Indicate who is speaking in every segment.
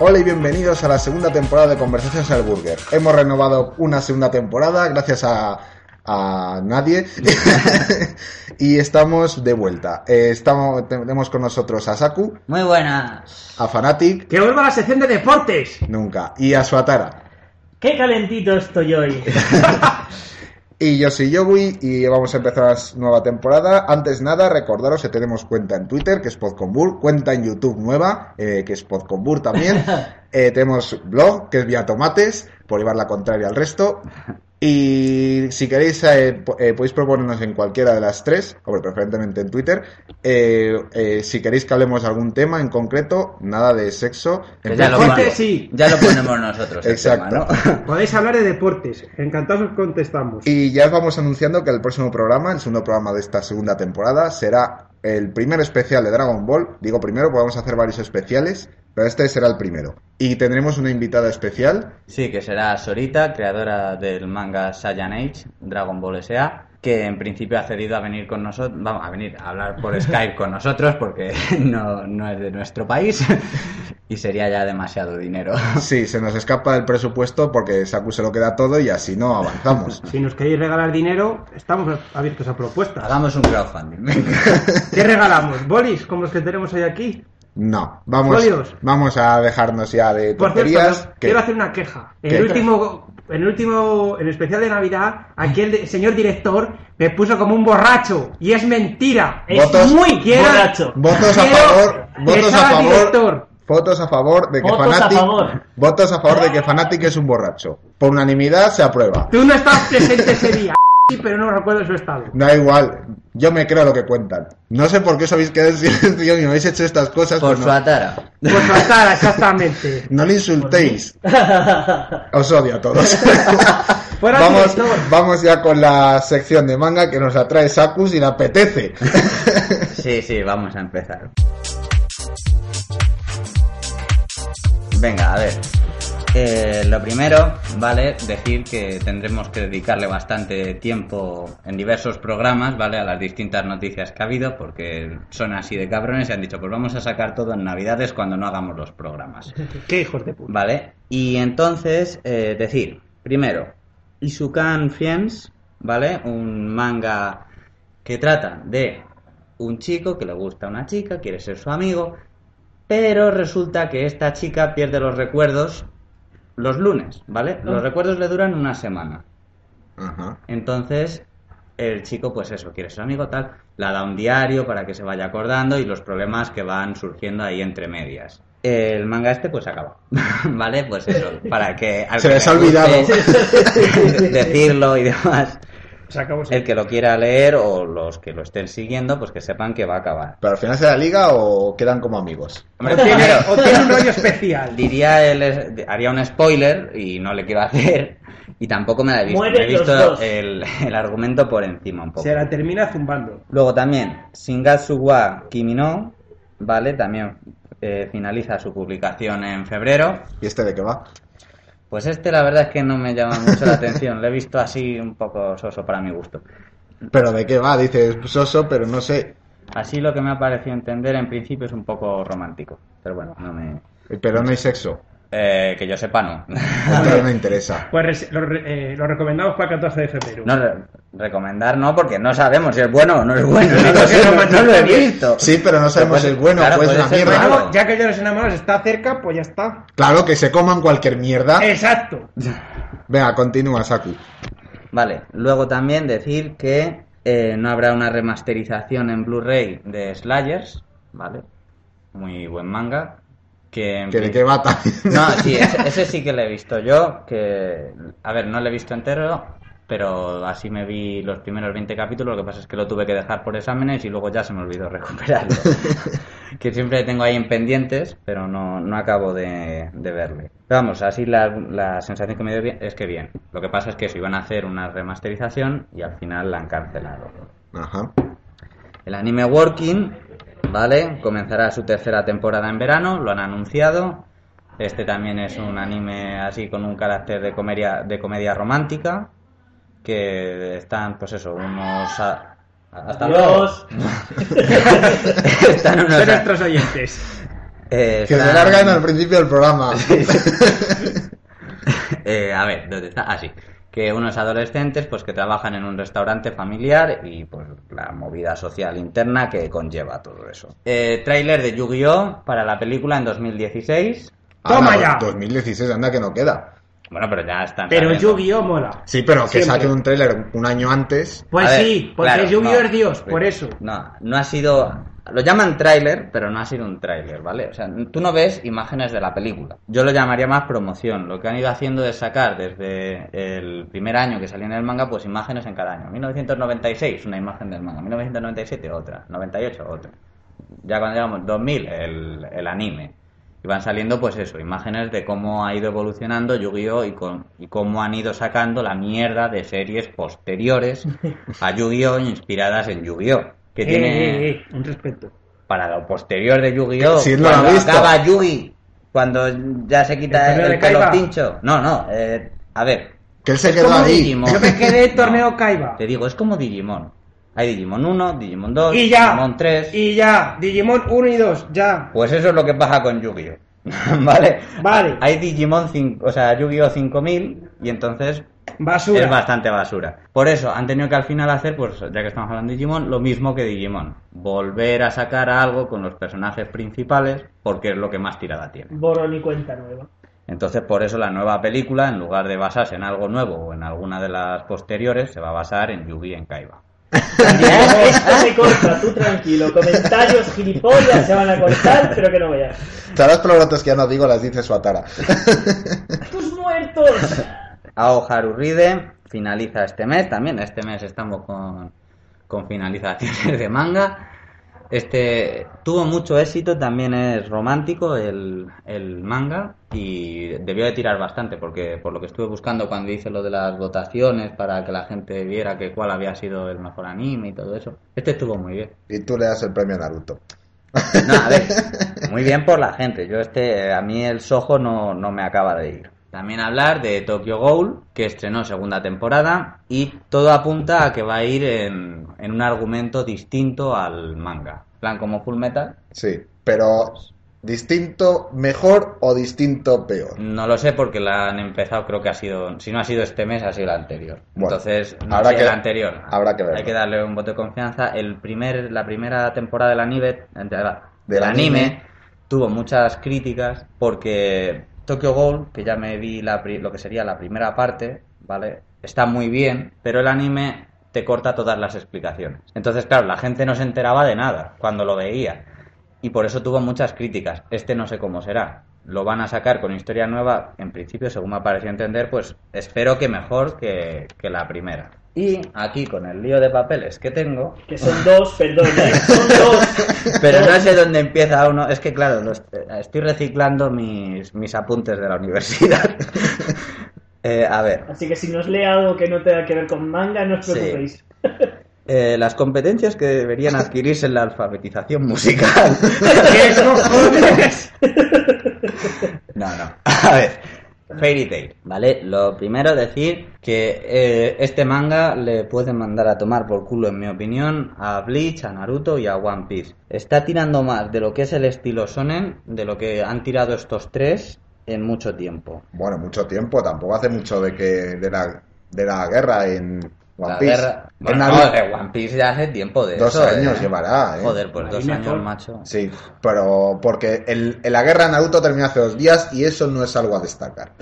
Speaker 1: Hola y bienvenidos a la segunda temporada de Conversaciones al Burger. Hemos renovado una segunda temporada gracias a, a nadie y estamos de vuelta. Eh, estamos, tenemos con nosotros a Saku,
Speaker 2: Muy buenas.
Speaker 1: a Fanatic,
Speaker 3: ¡Que vuelva la sección de deportes!
Speaker 1: nunca, y a Suatara.
Speaker 4: ¡Qué calentito estoy hoy!
Speaker 1: Y yo soy Yogui y vamos a empezar la nueva temporada. Antes nada, recordaros que tenemos cuenta en Twitter, que es Podcombur, cuenta en YouTube nueva, eh, que es Podcombur también. Eh, tenemos blog, que es Vía Tomates, por llevar la contraria al resto. Y si queréis, eh, po- eh, podéis proponernos en cualquiera de las tres, hombre, preferentemente en Twitter. Eh, eh, si queréis que hablemos de algún tema en concreto, nada de sexo.
Speaker 2: Que ya
Speaker 1: Empecemos.
Speaker 2: lo,
Speaker 3: Deportes,
Speaker 2: ponemos-
Speaker 3: sí.
Speaker 2: ya lo ponemos nosotros. el
Speaker 1: Exacto.
Speaker 2: tema, ¿no?
Speaker 3: Podéis hablar de deportes. Encantados os contestamos.
Speaker 1: Y ya os vamos anunciando que el próximo programa, el segundo programa de esta segunda temporada, será el primer especial de Dragon Ball. Digo primero, podemos hacer varios especiales, pero este será el primero. Y tendremos una invitada especial.
Speaker 2: Sí, que será Sorita, creadora del manga Saiyan Age, Dragon Ball S.A., que en principio ha cedido a venir con nosotros, vamos, a venir a hablar por Skype con nosotros porque no, no es de nuestro país y sería ya demasiado dinero.
Speaker 1: Sí, se nos escapa del presupuesto porque Saku se lo queda todo y así no avanzamos.
Speaker 3: Si nos queréis regalar dinero, estamos abiertos a propuestas.
Speaker 2: Hagamos un crowdfunding. venga.
Speaker 3: ¿Qué regalamos? ¿Bolis, como los que tenemos hoy aquí?
Speaker 1: No, vamos,
Speaker 3: Sólidos.
Speaker 1: vamos a dejarnos ya de
Speaker 3: Por cierto,
Speaker 1: tonterías.
Speaker 3: no,
Speaker 1: que-
Speaker 3: quiero hacer una queja. En
Speaker 1: ¿Qué?
Speaker 3: el último, en el último, en el especial de Navidad, aquí el de- señor director me puso como un borracho. Y es mentira.
Speaker 4: Es
Speaker 1: Votos.
Speaker 4: muy
Speaker 3: Quiero-
Speaker 4: borracho.
Speaker 1: Votos a
Speaker 3: Quiero
Speaker 1: favor, votos a
Speaker 3: besar al
Speaker 1: favor,
Speaker 3: director.
Speaker 1: votos a favor de que
Speaker 4: Votos a
Speaker 1: Fanatic,
Speaker 4: favor.
Speaker 1: votos a favor de que Fanatic es un borracho. Por unanimidad se aprueba.
Speaker 3: Tú no estabas presente ese día, sí, pero no recuerdo su estado.
Speaker 1: Da igual, yo me creo lo que cuentan. No sé por qué os habéis quedado en silencio y me habéis hecho estas cosas.
Speaker 2: Por
Speaker 1: pues
Speaker 2: su
Speaker 1: no,
Speaker 2: atara.
Speaker 3: Pues faltara, exactamente.
Speaker 1: no le insultéis. Os odio a todos.
Speaker 3: Fuera
Speaker 1: vamos,
Speaker 3: director.
Speaker 1: vamos ya con la sección de manga que nos atrae Sakus y la apetece.
Speaker 2: Sí, sí, vamos a empezar. Venga, a ver. Eh, lo primero, vale, decir que tendremos que dedicarle bastante tiempo en diversos programas, ¿vale? A las distintas noticias que ha habido, porque son así de cabrones y han dicho, pues vamos a sacar todo en Navidades cuando no hagamos los programas.
Speaker 3: Qué hijos de puta.
Speaker 2: Vale, y entonces eh, decir, primero, Isukan Friends, ¿vale? Un manga que trata de un chico que le gusta a una chica, quiere ser su amigo, pero resulta que esta chica pierde los recuerdos los lunes, ¿vale? Los recuerdos le duran una semana.
Speaker 1: Ajá.
Speaker 2: Entonces, el chico, pues eso, quiere ser amigo, tal, la da un diario para que se vaya acordando y los problemas que van surgiendo ahí entre medias. El manga este, pues acaba. ¿Vale? Pues eso, para que. al
Speaker 1: Se
Speaker 2: que
Speaker 1: les
Speaker 2: le
Speaker 1: ha olvidado.
Speaker 2: guste decirlo y demás.
Speaker 3: Se acabó.
Speaker 2: El que lo quiera leer o los que lo estén siguiendo, pues que sepan que va a acabar.
Speaker 1: ¿Pero al final se la liga o quedan como amigos?
Speaker 2: Hombre,
Speaker 3: O tiene,
Speaker 2: primero,
Speaker 3: o tiene un rollo especial.
Speaker 2: diría él haría un spoiler y no le quiero hacer y tampoco me la he visto
Speaker 4: Mueren
Speaker 2: me he
Speaker 4: los
Speaker 2: visto
Speaker 4: dos.
Speaker 2: el, el argumento por encima un poco
Speaker 3: Se la termina zumbando.
Speaker 2: Luego también, Singatsu wa Kimino, ¿vale? También eh, finaliza su publicación en febrero.
Speaker 1: ¿Y este de qué va?
Speaker 2: Pues este la verdad es que no me llama mucho la atención, lo he visto así un poco soso para mi gusto.
Speaker 1: ¿Pero de qué va? Dices soso, pero no sé.
Speaker 2: Así lo que me ha parecido entender en principio es un poco romántico, pero bueno, no me...
Speaker 1: Pero no hay sexo.
Speaker 2: eh, que yo sepa no.
Speaker 1: Entonces no interesa.
Speaker 3: Pues res- lo, re- eh, lo recomendamos para el 14 de febrero.
Speaker 2: No re- recomendar no, porque no sabemos si es bueno o no es bueno. No lo,
Speaker 3: Porque
Speaker 2: sé,
Speaker 3: lo
Speaker 2: no- no lo he
Speaker 3: mantiene.
Speaker 2: visto.
Speaker 1: Sí, pero no sabemos
Speaker 2: Pero
Speaker 1: si
Speaker 2: puede-
Speaker 1: es bueno
Speaker 2: claro,
Speaker 1: o es
Speaker 2: puede
Speaker 1: una
Speaker 2: ser
Speaker 1: mierda.
Speaker 2: malo.
Speaker 3: Claro, Pues ya que el Día de los enamorados está cerca, pues ya está.
Speaker 1: Claro que se coman cualquier
Speaker 2: Ah.
Speaker 1: mierda.
Speaker 5: Eh.
Speaker 3: Exacto.
Speaker 1: Venga, continúa, Saku.
Speaker 2: Vale, luego también decir que eh, no habrá una remasterización en Blu-ray de Slayers, ¿vale? Muy buen manga. Que en
Speaker 1: Que de
Speaker 2: prin-
Speaker 1: qué va también.
Speaker 2: No, sí, ese, ese sí que lo he visto yo, que... A ver, no lo he visto entero, pero así me vi los primeros 20 capítulos, lo que pasa es que lo tuve que dejar por exámenes y luego ya se me olvidó recuperarlo. que siempre tengo ahí en pendientes, pero no, no acabo de, de verle. Pero vamos, así la, la sensación que me dio bien- es que bien. Lo que pasa es que eso, iban a hacer una remasterización y al final la han cancelado.
Speaker 1: Ajá.
Speaker 2: El anime Working, ¿vale? Comenzará su tercera temporada en verano, lo han anunciado. Este también es un anime así con un carácter de comedia, de comedia romántica, que están, pues eso, unos... a- hasta luego.
Speaker 4: Adiós.
Speaker 2: están
Speaker 3: Son
Speaker 2: unos, a-
Speaker 3: nuestros oyentes.
Speaker 2: Eh,
Speaker 1: Que se
Speaker 2: Sam-
Speaker 1: largan al principio del programa.
Speaker 2: Eh, a ver, ¿dónde está? Así. que unos adolescentes pues que trabajan en un restaurante familiar y pues la movida social interna que conlleva todo eso. Eh, tráiler de Yu-Gi-Oh! para la película en 2016.
Speaker 3: ¡Toma
Speaker 1: Ahora,
Speaker 3: ya!
Speaker 1: 2016, anda que no queda.
Speaker 2: Bueno, pero ya están.
Speaker 3: Pero
Speaker 2: saliendo.
Speaker 3: Yu-Gi-Oh mola.
Speaker 1: Sí, pero que
Speaker 3: Siempre.
Speaker 1: saquen un tráiler un año antes.
Speaker 3: Pues
Speaker 2: A ver,
Speaker 3: sí, porque
Speaker 2: claro,
Speaker 3: Yu-Gi-Oh
Speaker 2: no. pues,
Speaker 3: es Dios, por eso.
Speaker 2: No, no ha sido. Lo llaman tráiler, pero no ha sido un tráiler, ¿vale? O sea, tú no ves imágenes de la película. Yo lo llamaría más promoción. Lo que han ido haciendo es sacar desde el primer año que salió en el manga, pues imágenes en cada año. 1996, una imagen del manga. 1997, otra. 98, otra. Ya cuando llegamos, 2000, el, el anime. Y van saliendo, pues eso, imágenes de cómo ha ido evolucionando Yu-Gi-Oh! Y, con- y cómo han ido sacando la mierda de series posteriores a Yu-Gi-Oh! inspiradas en Yu-Gi-Oh! Que
Speaker 3: Eh,
Speaker 2: tiene
Speaker 3: eh, eh, un respeto.
Speaker 2: para lo posterior de Yu-Gi-Oh!
Speaker 1: Sí, lo ha
Speaker 2: cuando
Speaker 1: visto.
Speaker 2: acaba Yugi, cuando ya se quita
Speaker 3: ¿El torneo
Speaker 2: el,
Speaker 3: de
Speaker 2: pelo
Speaker 3: Kaiba?
Speaker 2: pincho. No, no, eh, a ver,
Speaker 1: Que él se quedó
Speaker 2: como
Speaker 1: ahí.
Speaker 2: Digimon.
Speaker 3: Yo me quedé en torneo
Speaker 2: No.
Speaker 3: Kaiba.
Speaker 2: te digo, es como Digimon. Hay Digimon 1, Digimon 2,
Speaker 3: Y ya.
Speaker 2: Digimon 3.
Speaker 3: Y ya, Digimon 1 y 2, ya.
Speaker 2: Pues eso es lo que pasa con Yu-Gi-Oh! ¿Vale?
Speaker 3: Vale.
Speaker 2: Hay Digimon 5, o sea, Yu-Gi-Oh! 5000 y entonces
Speaker 3: Basura.
Speaker 2: Es bastante basura. Por eso han tenido que al final hacer, pues ya que estamos hablando de Digimon, lo mismo que Digimon. Volver a sacar algo con los personajes principales porque es lo que más tirada tiene.
Speaker 4: Borón y cuenta nueva.
Speaker 2: Entonces por eso la nueva película, en lugar de basarse en algo nuevo o en alguna de las posteriores, se va a basar en Yugi en Kaiba.
Speaker 4: Esto se corta, tú tranquilo. Comentarios gilipollas se van a cortar, pero que no veas.
Speaker 1: Todas las palabras que ya no digo las dice Suatara.
Speaker 4: ¡Tus muertos!
Speaker 2: Ao Haruride finaliza este mes también. Este mes estamos con, con finalizaciones de manga. Este tuvo mucho éxito, también es romántico el, el manga y debió de tirar bastante porque por lo que estuve buscando cuando hice lo de las votaciones para que la gente viera que cuál había sido el mejor anime y todo eso. Este estuvo muy bien.
Speaker 1: Y tú le das el premio a Naruto.
Speaker 2: No, a ver, muy bien por la gente. Yo este, eh, a mí el sojo no, no me acaba de ir. También hablar de Tokyo Ghoul, que estrenó segunda temporada y todo apunta a que va a ir en, en un argumento distinto al manga. En plan como Full Metal,
Speaker 1: Sí, pero distinto mejor o distinto peor.
Speaker 2: no lo sé porque la han empezado, creo que ha sido, si no ha sido este mes, ha sido el anterior.
Speaker 1: Bueno,
Speaker 2: Entonces, no
Speaker 1: habrá
Speaker 2: sé,
Speaker 1: que-
Speaker 2: el anterior.
Speaker 1: habrá que verlo.
Speaker 2: Hay que darle un voto de confianza. El primer, la primera temporada del anime, del,
Speaker 1: Del
Speaker 2: anime,
Speaker 1: anime.
Speaker 2: tuvo muchas críticas porque Tokyo Ghoul, que ya me vi la pri- lo que sería la primera parte, ¿vale? Está muy bien, pero el anime te corta todas las explicaciones. Entonces, claro, la gente no se enteraba de nada cuando lo veía. Y por eso tuvo muchas críticas. Este no sé cómo será. Lo van a sacar con historia nueva, en principio, según me ha parecido entender, pues espero que mejor que, que la primera. Y aquí con el lío de papeles que tengo,
Speaker 4: Que son dos, perdón, ¿eh? Son dos.
Speaker 2: pero no sé dónde empieza uno. Es que, claro, los- eh, estoy reciclando mis, mis apuntes de la universidad. Eh, a ver,
Speaker 4: Así que si nos lee algo que no tenga que ver con manga, no os
Speaker 2: Sí.
Speaker 4: preocupéis.
Speaker 2: eh, las competencias que deberían adquirirse en la alfabetización musical.
Speaker 3: ¿Qué cojones?
Speaker 2: No, no. A ver. Fairy Tail, ¿vale? Lo primero decir que eh, este manga le pueden mandar a tomar por culo, en mi opinión, a Bleach, a Naruto y a One Piece. Está tirando más de lo que es el estilo Sonen, de lo que han tirado estos tres en mucho tiempo.
Speaker 1: Bueno, mucho tiempo, tampoco hace mucho de que de la, de la guerra en One
Speaker 2: La
Speaker 1: Piece.
Speaker 2: guerra-
Speaker 1: En
Speaker 2: Bueno,
Speaker 1: Naruto.
Speaker 2: no, de One Piece ya hace tiempo de
Speaker 1: Dos
Speaker 2: eso,
Speaker 1: años
Speaker 2: ¿eh?
Speaker 1: llevará, ¿eh?
Speaker 2: Joder, pues dos
Speaker 3: Imagina
Speaker 2: años,
Speaker 3: por-
Speaker 2: macho.
Speaker 1: Sí, pero porque el, el- la guerra de Naruto terminó hace dos días y eso no es algo a destacar.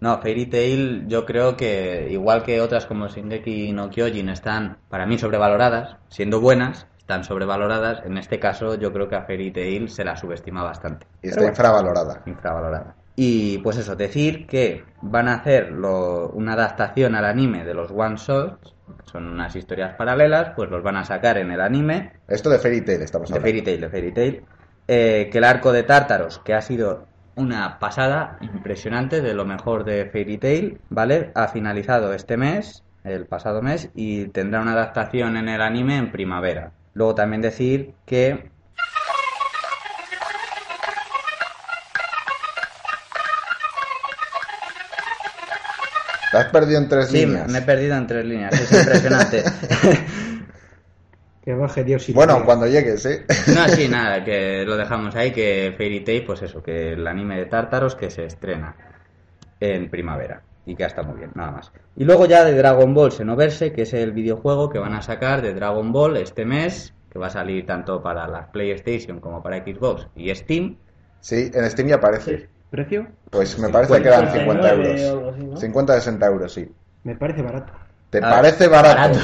Speaker 2: No, Fairy Tail yo creo que igual que otras como Shingeki y no Kyojin están para mí sobrevaloradas, siendo buenas, están sobrevaloradas, en este caso yo creo que a Fairy Tail se la subestima bastante,
Speaker 1: Y está infravalorada.
Speaker 2: infravalorada. Y pues eso, decir que van a hacer lo- una adaptación al anime de los One Shots, son unas historias paralelas, pues los van a sacar en el anime
Speaker 1: Esto de Fairy Tail estamos
Speaker 2: de
Speaker 1: hablando.
Speaker 2: Fairy Tail, de Fairy Tail. Eh, que el arco de Tártaros, que ha sido una pasada impresionante de lo mejor de Fairy Tail, ¿vale? Ha finalizado este mes, el pasado mes, y tendrá una adaptación en el anime en primavera. Luego también decir que.
Speaker 1: Te has perdido en tres
Speaker 2: Sí,
Speaker 1: líneas.
Speaker 2: me he perdido en tres líneas, es impresionante.
Speaker 3: Que Que baje Dios y
Speaker 1: Bueno,
Speaker 3: Dios.
Speaker 1: cuando llegues, ¿eh?
Speaker 2: No, sí, nada, que lo dejamos ahí, que Fairy Tail, pues eso, que el anime de Tártaros que se estrena en primavera y que está muy bien, nada más. Y luego ya de Dragon Ball Xenoverse, que es el videojuego que van a sacar de Dragon Ball este mes, que va a salir tanto para las PlayStation como para Xbox y Steam.
Speaker 1: Sí, en Steam ya aparece.
Speaker 4: Sí.
Speaker 3: ¿Precio?
Speaker 1: Pues me parece que eran 50
Speaker 4: 59 o algo
Speaker 1: euros.
Speaker 4: así, ¿no?
Speaker 1: 50 de 60 euros, sí.
Speaker 3: Me parece barato.
Speaker 1: ¿Te
Speaker 2: Ah,
Speaker 1: parece barato?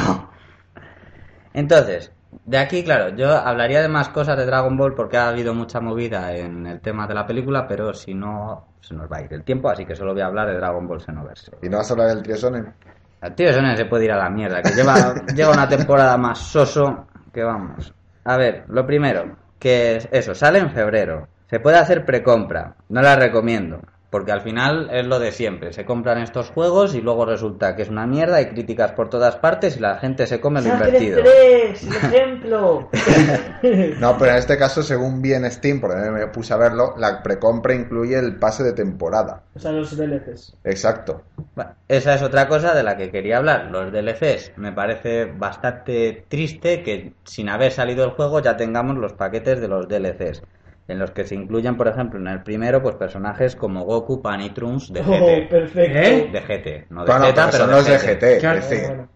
Speaker 2: Entonces, de aquí, claro, yo hablaría de más cosas de Dragon Ball porque ha habido mucha movida en el tema de la película, pero si no, se nos va a ir el tiempo, así que solo voy a hablar de Dragon Ball Xenoverse.
Speaker 1: ¿Y no vas a hablar del Triosonen?
Speaker 2: El tío Sonnen se puede ir a la mierda, que lleva, lleva una temporada más soso que vamos. A ver, lo primero, que es eso, sale en febrero. Se puede hacer precompra, no la recomiendo, porque al final es lo de siempre. Se compran estos juegos y luego resulta que es una mierda, hay críticas por todas partes y la gente se come lo
Speaker 4: Sangre
Speaker 2: invertido.
Speaker 4: 3, el ejemplo.
Speaker 1: No, pero en este caso, según vi en Steam, porque me puse a verlo, la precompra incluye el pase de temporada.
Speaker 4: o sea, los DLCs.
Speaker 1: Exacto.
Speaker 2: Bueno, Esa es otra cosa de la que quería hablar, los DLCs. Me parece bastante triste que sin haber salido el juego ya tengamos los paquetes de los DLCs, en los que se incluyen, por ejemplo, en el primero, pues personajes como Goku, Pan y Trunks de
Speaker 4: Oh,
Speaker 2: GT.
Speaker 4: perfecto.
Speaker 3: ¿Eh?
Speaker 2: De GT, no de
Speaker 1: Bueno,
Speaker 2: Z,
Speaker 1: pero
Speaker 2: pero
Speaker 1: eso no es de
Speaker 2: GT.
Speaker 1: GT,
Speaker 3: Claro.
Speaker 1: es
Speaker 4: Ah,
Speaker 1: decir,
Speaker 4: bueno.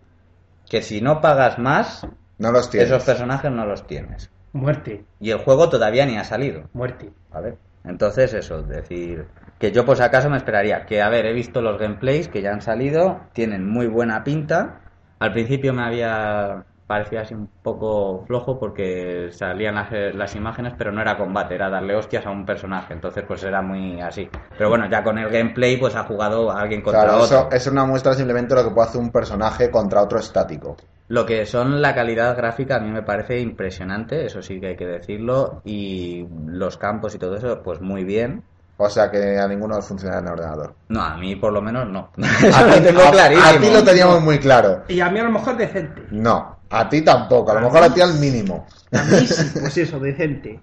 Speaker 2: Que si no pagas más,
Speaker 1: no los
Speaker 2: esos
Speaker 1: tienes.
Speaker 2: personajes no los tienes.
Speaker 3: Muerte,
Speaker 2: Y el juego todavía ni ha salido.
Speaker 3: muerte.
Speaker 2: A ver, entonces eso, decir que yo por si acaso me esperaría, que a ver, he visto los gameplays que ya han salido, tienen muy buena pinta. Al principio me había parecido así un poco flojo porque salían las, eh, las imágenes, pero no era combate, era darle hostias a un personaje, entonces pues era muy así. Pero bueno, ya con el gameplay pues ha jugado a alguien contra
Speaker 1: Claro,
Speaker 2: otro.
Speaker 1: eso eh. es una muestra simplemente de lo que puede hacer un personaje contra otro estático.
Speaker 2: Lo que son la calidad gráfica a mí me parece impresionante, eso sí que hay que decirlo, y los campos y todo eso pues muy bien.
Speaker 1: O sea que a ninguno nos funciona en el ordenador.
Speaker 2: No, a mí por lo menos no. Eso lo tengo
Speaker 1: a-
Speaker 2: clarísimo.
Speaker 1: a ti lo teníamos muy claro.
Speaker 3: Y a mí a lo mejor decente.
Speaker 1: No, a ti tampoco. A lo mejor a ti al mínimo.
Speaker 3: A mí sí, pues eso, decente.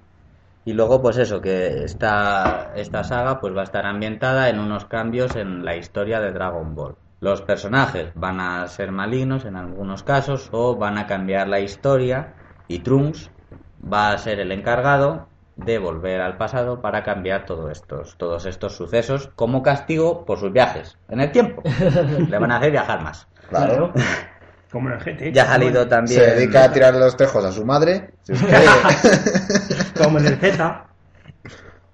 Speaker 2: Y luego, pues eso, que esta, esta saga pues va a estar ambientada en unos cambios en la historia de Dragon Ball. Los personajes van a ser malignos en algunos casos o van a cambiar la historia y Trunks va a ser el encargado de volver al pasado para cambiar todos estos, todos estos sucesos como castigo por sus viajes en el tiempo. Le van a hacer viajar más.
Speaker 1: Claro.
Speaker 3: Como el GT.
Speaker 2: Ya ha salido también...
Speaker 1: Se dedica a tirarle los tejos a su madre. Si os quiere.
Speaker 3: Como el Z.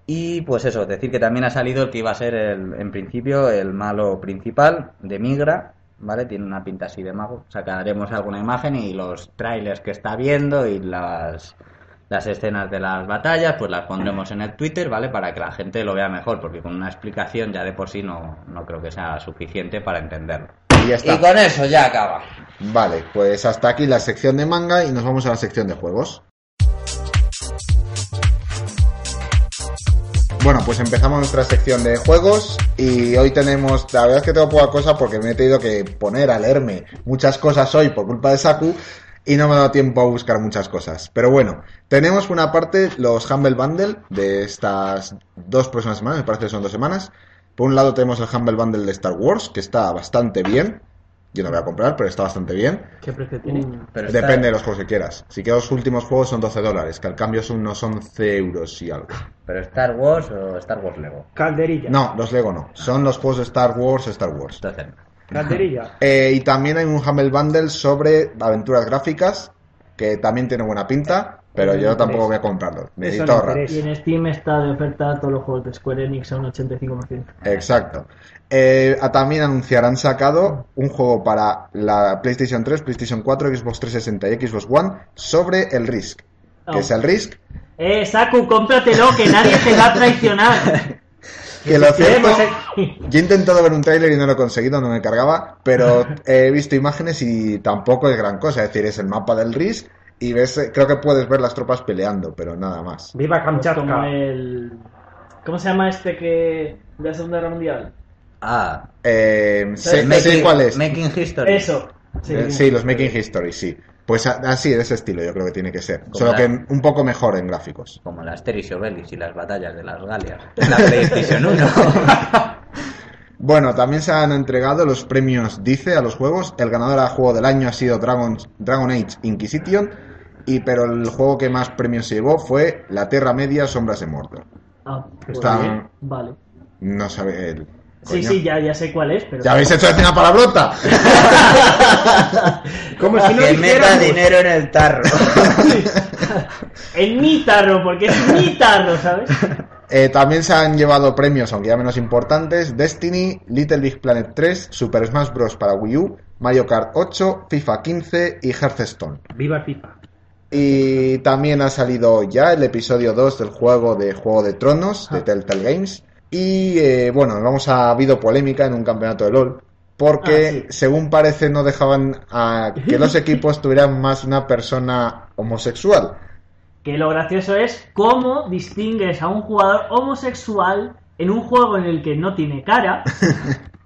Speaker 2: Y pues eso, decir que también ha salido el que iba a ser el, en principio el malo principal de Migra, ¿vale? Tiene una pinta así de mago. Sacaremos alguna imagen y los trailers que está viendo y las, las escenas de las batallas, pues las pondremos en el Twitter, ¿vale? Para que la gente lo vea mejor, porque con una explicación ya de por sí no, no creo que sea suficiente para entenderlo.
Speaker 1: y ya
Speaker 2: Y
Speaker 1: está.
Speaker 2: con eso ya acaba.
Speaker 1: Vale, pues hasta aquí la sección de manga y nos vamos a la sección de juegos. Bueno, pues empezamos nuestra sección de juegos y hoy tenemos, la verdad es que tengo poca cosa porque me he tenido que poner a leerme muchas cosas hoy por culpa de Saku y no me ha dado tiempo a buscar muchas cosas. Pero bueno, tenemos por una parte los Humble Bundle de estas dos próximas semanas, me parece que son dos semanas. Por un lado tenemos el Humble Bundle de Star Wars, que está bastante bien. Yo no voy a comprar, pero está bastante bien.
Speaker 3: ¿Qué precio tiene?
Speaker 2: Pero está-
Speaker 1: Depende de los juegos que quieras. Si que los últimos juegos son 12 dólares, que al cambio son unos 11 euros y algo.
Speaker 2: ¿Pero Star Wars o Star Wars Lego?
Speaker 3: Calderilla.
Speaker 1: No, los Lego
Speaker 3: Ah.
Speaker 1: no. Son los juegos de Star Wars, Star Wars.
Speaker 2: Entonces,
Speaker 3: Calderilla.
Speaker 1: Eh, y también hay un Humble Bundle sobre aventuras gráficas, que también tiene buena pinta, pero
Speaker 3: No me
Speaker 1: yo tampoco
Speaker 3: interesa.
Speaker 1: voy a comprarlo. Necesito
Speaker 3: no
Speaker 1: ahorrar.
Speaker 3: interesa.
Speaker 6: Y en Steam está de oferta todos los juegos de Square Enix a un 85%.
Speaker 1: Exacto. Eh, a- también anunciarán han sacado un juego para la PlayStation 3, PlayStation 4, Xbox 360 y Xbox One sobre el Risk. Que
Speaker 6: Oh.
Speaker 1: es el Risk.
Speaker 6: Eh, Saku, cómpratelo, que nadie te va a traicionar.
Speaker 1: Que lo cierto,
Speaker 3: Queremos
Speaker 1: yo he intentado ver un tráiler y no lo he conseguido, no me cargaba, pero he visto imágenes y tampoco es gran cosa. Es decir, es el mapa del Risk y ves, eh, creo que puedes ver las tropas peleando, pero nada más.
Speaker 3: Viva
Speaker 4: Pues como
Speaker 3: Kamchatka.
Speaker 4: el... ¿Cómo se llama este que... de la Segunda Guerra Mundial?
Speaker 2: Ah,
Speaker 1: Eh, sé,
Speaker 2: Making-
Speaker 1: sé cuál es.
Speaker 2: Making History.
Speaker 4: Eso. Sí,
Speaker 1: Eh, Sí, los Making History, sí. Pues a- así, de ese estilo, yo creo que tiene que ser.
Speaker 2: Como
Speaker 1: Solo
Speaker 2: la-
Speaker 1: que un poco mejor en gráficos.
Speaker 2: como el Asterix y Obelix y las batallas de las Galias. La PlayStation 1.
Speaker 1: Bueno, también se han entregado los premios Dice a los juegos. El ganador a juego del año ha sido Dragon, Dragon Age Inquisition. Y pero el juego que más premios se llevó fue La Tierra Media, Sombras de Mordor.
Speaker 6: Ah, pues
Speaker 1: Está-
Speaker 6: bien, Vale.
Speaker 1: No sabe el-
Speaker 6: Sí,
Speaker 1: coño.
Speaker 6: sí, ya, ya sé cuál es, pero.
Speaker 1: ¿Ya habéis hecho decir una palabrota?
Speaker 3: Como si no
Speaker 2: que meta
Speaker 3: dijéramos.
Speaker 2: dinero en el tarro.
Speaker 6: En mi tarro, porque es mi tarro, ¿sabes?
Speaker 1: Eh, también se han llevado premios, aunque ya menos importantes, Destiny, Little Big Planet 3, Super Smash Bros. para Wii U, Mario Kart 8, FIFA 15 y Hearthstone.
Speaker 3: Viva FIFA.
Speaker 1: Y también ha salido ya el episodio 2 del juego de Juego de Tronos de Telltale Games. Y eh, bueno, vamos a, ha habido polémica en un campeonato de LOL. Porque
Speaker 6: Ah, sí.
Speaker 1: según parece no dejaban a que los equipos tuvieran más una persona homosexual.
Speaker 6: Que lo gracioso es cómo distingues a un jugador homosexual en un juego en el que no tiene cara.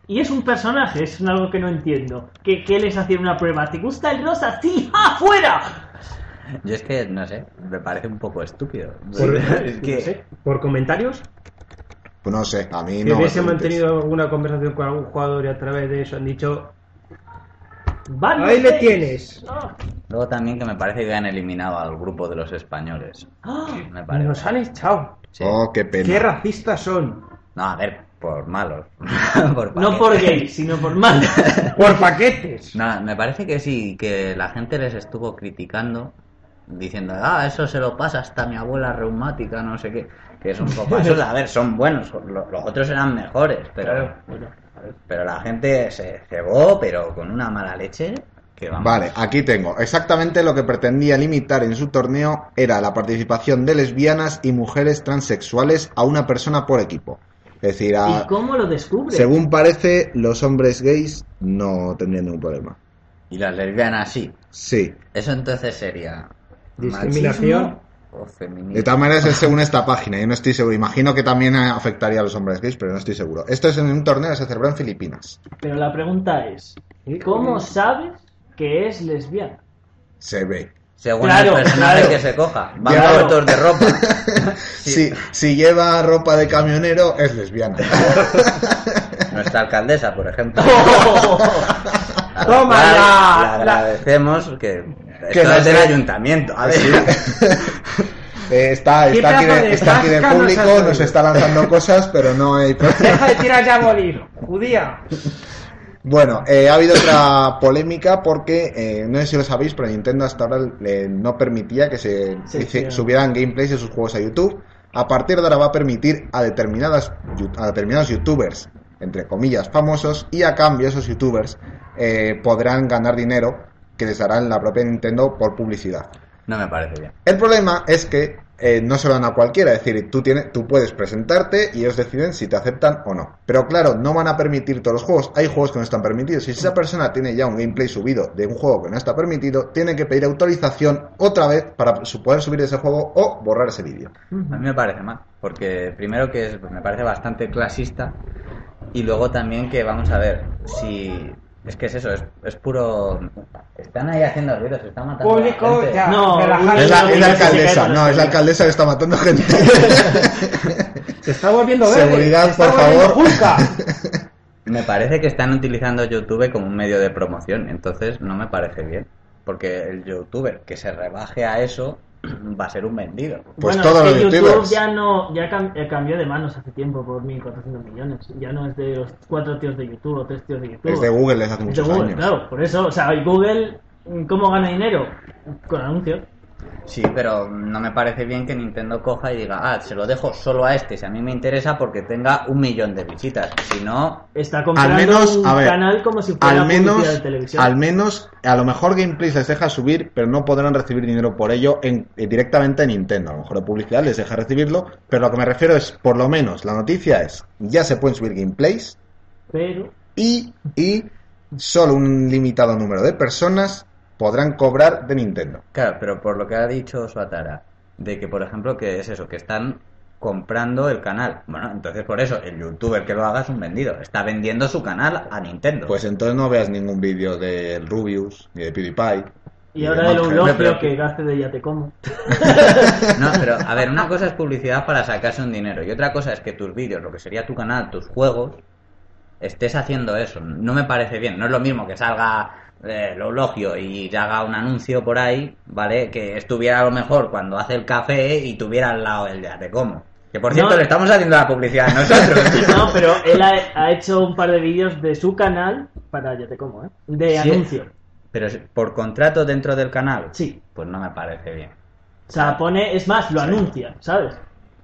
Speaker 6: Y es un personaje, es algo que no entiendo. ¿Qué, qué les hacían una prueba? ¿Te gusta el rosa? ¡Sí! ¡Ah, ¡Afuera!
Speaker 2: Yo es que, no sé, me parece un poco estúpido.
Speaker 3: Por,
Speaker 2: Es
Speaker 3: no
Speaker 2: que,
Speaker 3: sé, por comentarios,
Speaker 1: Pues no sé, a mí
Speaker 3: si
Speaker 1: no. me
Speaker 3: hubiese
Speaker 1: preguntes.
Speaker 3: mantenido alguna conversación con algún jugador y a través de eso han dicho.
Speaker 6: Van
Speaker 3: Ahí le
Speaker 6: los seis.
Speaker 3: tienes.
Speaker 6: Ah,
Speaker 2: luego también que me parece que han eliminado al grupo de los españoles.
Speaker 6: ah.
Speaker 2: Me parece.
Speaker 3: Nos han echado.
Speaker 2: Sí.
Speaker 1: Oh, qué pena.
Speaker 3: Qué racistas son.
Speaker 2: No, a ver, por malos. Por
Speaker 6: No por
Speaker 2: paquetes.
Speaker 6: gay, sino por mal.
Speaker 3: Por paquetes.
Speaker 2: No, me parece que sí, que la gente les estuvo criticando, diciendo, ah, eso se lo pasa hasta mi abuela reumática, no sé qué, que es un poco eso, a ver, son buenos, lo- los otros eran mejores, pero, pero la gente se cebó, pero con una mala leche, que vamos.
Speaker 1: Vale, aquí tengo. Exactamente lo que pretendía limitar en su torneo era la participación de lesbianas y mujeres transexuales a una persona por equipo. Es decir, a-
Speaker 6: ¿Y cómo lo descubre?
Speaker 1: según parece, los hombres gays no tendrían ningún problema.
Speaker 2: Y las lesbianas sí.
Speaker 1: Sí.
Speaker 2: Eso entonces sería
Speaker 3: Discriminación.
Speaker 2: machismo o feminismo.
Speaker 1: De todas maneras, es según esta página, yo no estoy seguro. Imagino que también eh, afectaría a los hombres gays, pero no estoy seguro. Esto es en un torneo que se celebró en Filipinas.
Speaker 6: Pero la pregunta es, ¿cómo sabes que es lesbiana?
Speaker 1: Se ve.
Speaker 2: Según
Speaker 6: Claro,
Speaker 2: el personaje
Speaker 6: claro.
Speaker 2: que se coja. Van
Speaker 1: Claro.
Speaker 2: vueltos de ropa.
Speaker 1: Si, si lleva ropa de camionero, es lesbiana.
Speaker 2: Nuestra alcaldesa, por ejemplo. A la
Speaker 3: ¡Tómala!
Speaker 2: cual Le agradecemos que,
Speaker 1: Que
Speaker 2: esto
Speaker 1: nos
Speaker 2: es del
Speaker 1: dé-
Speaker 2: ayuntamiento. A ver.
Speaker 1: Eh, está
Speaker 3: ¿Qué
Speaker 1: está
Speaker 3: pedazo
Speaker 1: aquí, de-
Speaker 3: de
Speaker 1: está aquí de
Speaker 3: vasca nos
Speaker 1: público,
Speaker 3: has traído?
Speaker 1: nos está lanzando cosas, pero no hay...
Speaker 3: Deja de tirar ya morir, judía.
Speaker 1: Bueno, eh, ha habido otra polémica porque, eh, no sé si lo sabéis, pero Nintendo hasta ahora eh, no permitía que se
Speaker 6: Sí,
Speaker 1: dice-
Speaker 6: sí.
Speaker 1: subieran gameplays de sus juegos a YouTube. A partir de ahora va a permitir a, determinadas, yu- a determinados youtubers, entre comillas, famosos, y a cambio esos youtubers eh, podrán ganar dinero que les darán la propia Nintendo por publicidad.
Speaker 2: No me parece bien.
Speaker 1: El problema es que eh, no se lo dan a cualquiera, es decir, tú, tienes, tú puedes presentarte y ellos deciden si te aceptan o no. Pero claro, no van a permitir todos los juegos, hay juegos que no están permitidos. Si esa persona tiene ya un gameplay subido de un juego que no está permitido, tiene que pedir autorización otra vez para su- poder subir ese juego o borrar ese vídeo.
Speaker 2: A mí me parece mal. Porque primero que es- pues, me parece bastante clasista. Y luego también que vamos a ver si... Es que es eso, es, es puro... Están ahí haciendo ruidos, se están matando a la
Speaker 3: Público,
Speaker 2: gente.
Speaker 3: ya.
Speaker 6: No,
Speaker 3: relajad.
Speaker 6: Ay,
Speaker 1: Es la,
Speaker 6: no,
Speaker 1: es la
Speaker 6: no, no, se
Speaker 1: alcaldesa,
Speaker 6: cae con
Speaker 1: no,
Speaker 6: la
Speaker 1: es la
Speaker 6: señal.
Speaker 1: alcaldesa que está matando gente.
Speaker 3: Se está volviendo verde.
Speaker 1: Seguridad,
Speaker 3: se está
Speaker 1: por
Speaker 3: volviendo
Speaker 1: favor.
Speaker 3: Julka.
Speaker 2: Me parece que están utilizando YouTube como un medio de promoción, entonces no me parece bien. Porque el youtuber que se rebaje a eso va a ser un vendido.
Speaker 1: Pues
Speaker 6: bueno,
Speaker 1: todos
Speaker 6: es
Speaker 1: los
Speaker 6: que YouTube
Speaker 1: youtubers.
Speaker 6: ya no ya cam- eh, cambió de manos hace tiempo por 1.400 millones. Ya no es de los cuatro tíos de YouTube o tres tíos de YouTube.
Speaker 1: Es de Google desde hace
Speaker 6: Es de
Speaker 1: muchos
Speaker 6: Google,
Speaker 1: años.
Speaker 6: claro. Por eso, o sea, ¿y Google cómo gana dinero? Con anuncios.
Speaker 2: Sí, pero no me parece bien que Nintendo coja y diga, ah, se lo dejo solo a este, si a mí me interesa porque tenga un millón de visitas. Si no,
Speaker 6: Está comprando
Speaker 1: Al menos,
Speaker 6: un
Speaker 1: a ver,
Speaker 6: canal como si fuera
Speaker 1: al menos,
Speaker 6: publicidad de televisión.
Speaker 1: al menos, a lo mejor Gameplays les deja subir, pero no podrán recibir dinero por ello en, eh, directamente en Nintendo. A lo mejor la publicidad les deja recibirlo, pero lo que me refiero es, por lo menos, la noticia es, ya se pueden subir Gameplays
Speaker 6: Pero
Speaker 1: y, y solo un limitado número de personas podrán cobrar de Nintendo.
Speaker 2: claro, pero por lo que ha dicho Suatara, de que por ejemplo que es eso, que están comprando el canal. Bueno, entonces por eso el youtuber que lo haga es un vendido, está vendiendo su canal a Nintendo.
Speaker 1: Pues entonces no veas ningún vídeo de Rubius ni de PewDiePie. ni
Speaker 6: y
Speaker 1: de
Speaker 6: ahora el
Speaker 1: Mangel.
Speaker 6: eulogio
Speaker 2: pero-
Speaker 6: que hace de ya te como.
Speaker 2: No, pero a ver, una cosa es publicidad para sacarse un dinero y otra cosa es que tus vídeos, lo que sería tu canal, tus juegos, estés haciendo eso. No me parece bien. No es lo mismo que salga eh, el eulogio y haga un anuncio por ahí, ¿vale? Que estuviera a lo mejor cuando hace el café y tuviera al lado el de Ate Como. Que por
Speaker 6: No. eh.
Speaker 2: cierto, le estamos haciendo la publicidad nosotros.
Speaker 6: No, pero él ha, ha hecho un par de vídeos de su canal para Ya te como, ¿eh? De
Speaker 2: Sí.
Speaker 6: anuncio.
Speaker 2: Pero es por contrato dentro del canal.
Speaker 6: Sí.
Speaker 2: Pues no me parece bien.
Speaker 6: O sea, pone, es más, lo anuncia, ¿sabes?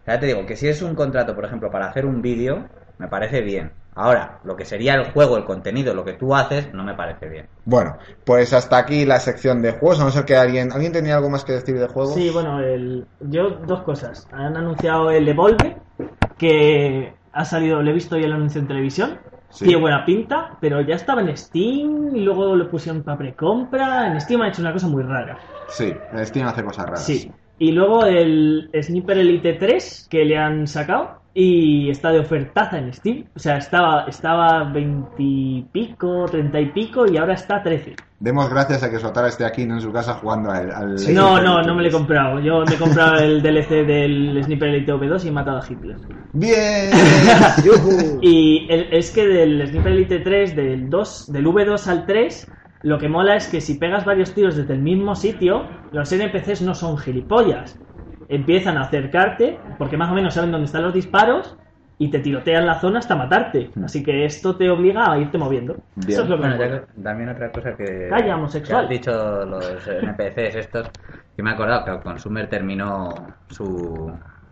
Speaker 2: Ya te digo que si es un contrato, por ejemplo, para hacer un vídeo, me parece bien. Ahora, lo que sería el juego, el contenido, lo que tú haces, no me parece bien.
Speaker 1: Bueno, pues hasta aquí la sección de juegos. A no ser que alguien. ¿Alguien tenía algo más que decir de juegos?
Speaker 6: Sí, bueno, el, yo dos cosas. Han anunciado el Evolve, que ha salido, le he visto hoy el anuncio en televisión.
Speaker 1: Sí.
Speaker 6: Tiene buena pinta, pero ya estaba en Steam y luego lo pusieron para precompra. En Steam han hecho una cosa muy rara.
Speaker 1: Sí, el Steam hace cosas raras.
Speaker 6: Sí. Y luego el Sniper Elite 3 que le han sacado y está de ofertaza en Steam. O sea, estaba, estaba 20 y pico, 30 y pico y ahora está 13.
Speaker 1: Demos gracias a que Sotara esté aquí, no en su casa, jugando al. al-
Speaker 6: no,
Speaker 1: al-
Speaker 6: no, no me lo he comprado. Yo me he comprado el DLC del Sniper Elite V2 y he matado a Hitler.
Speaker 1: ¡Bien!
Speaker 6: Y el- es que del Sniper Elite 3, del 2, del V2 al 3, lo que mola es que si pegas varios tiros desde el mismo sitio, los NPCs no son gilipollas. Empiezan a acercarte, porque más o menos saben dónde están los disparos, y te tirotean la zona hasta matarte. Así que esto te obliga a irte moviendo.
Speaker 1: Hmm. Bien.
Speaker 6: Eso es lo que
Speaker 2: Bueno,
Speaker 6: me
Speaker 2: ya
Speaker 6: mola.
Speaker 2: que- también otra cosa que,
Speaker 6: Calla, homosexual.
Speaker 2: que has dicho los NPCs estos, que me he acordado que el Consumer terminó su,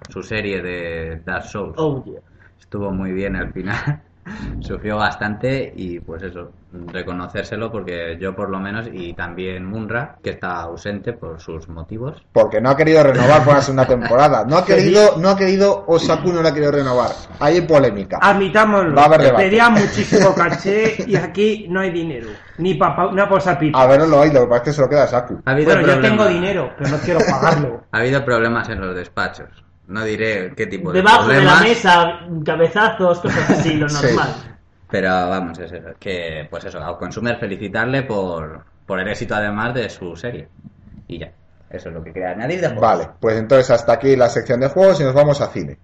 Speaker 2: su serie de Dark Souls.
Speaker 6: Oh, yeah.
Speaker 2: Estuvo muy bien al final, sufrió bastante y pues eso, reconocérselo porque yo por lo menos y también Munra, que está ausente por sus motivos.
Speaker 1: Porque no ha querido renovar por la segunda temporada. No ha querido, no ha querido, Osaku no la ha querido renovar. Ahí Hay polémica.
Speaker 6: Ah.
Speaker 3: Admitámoslo,
Speaker 1: Va a haber debate.
Speaker 3: pedía muchísimo caché y aquí no hay dinero. Ni para una
Speaker 1: A
Speaker 3: posapipa.
Speaker 1: ver, no lo hay, lo que pasa es que se lo queda a Saku.
Speaker 2: Ha habido
Speaker 3: Bueno, yo
Speaker 2: problemas-
Speaker 3: tengo dinero, pero no quiero pagarlo.
Speaker 2: Ha habido problemas en los despachos. No diré qué tipo de
Speaker 6: Debajo de la
Speaker 2: problemas.
Speaker 6: mesa, cabezazos, cosas así, lo
Speaker 1: Sí.
Speaker 6: normal.
Speaker 2: Pero vamos, es eso, que pues eso, a Consumer felicitarle por, por el éxito además de su serie. Y ya, eso es lo que quería añadir de juegos.
Speaker 1: Vale, pues entonces hasta aquí la sección de juegos y nos vamos a cine.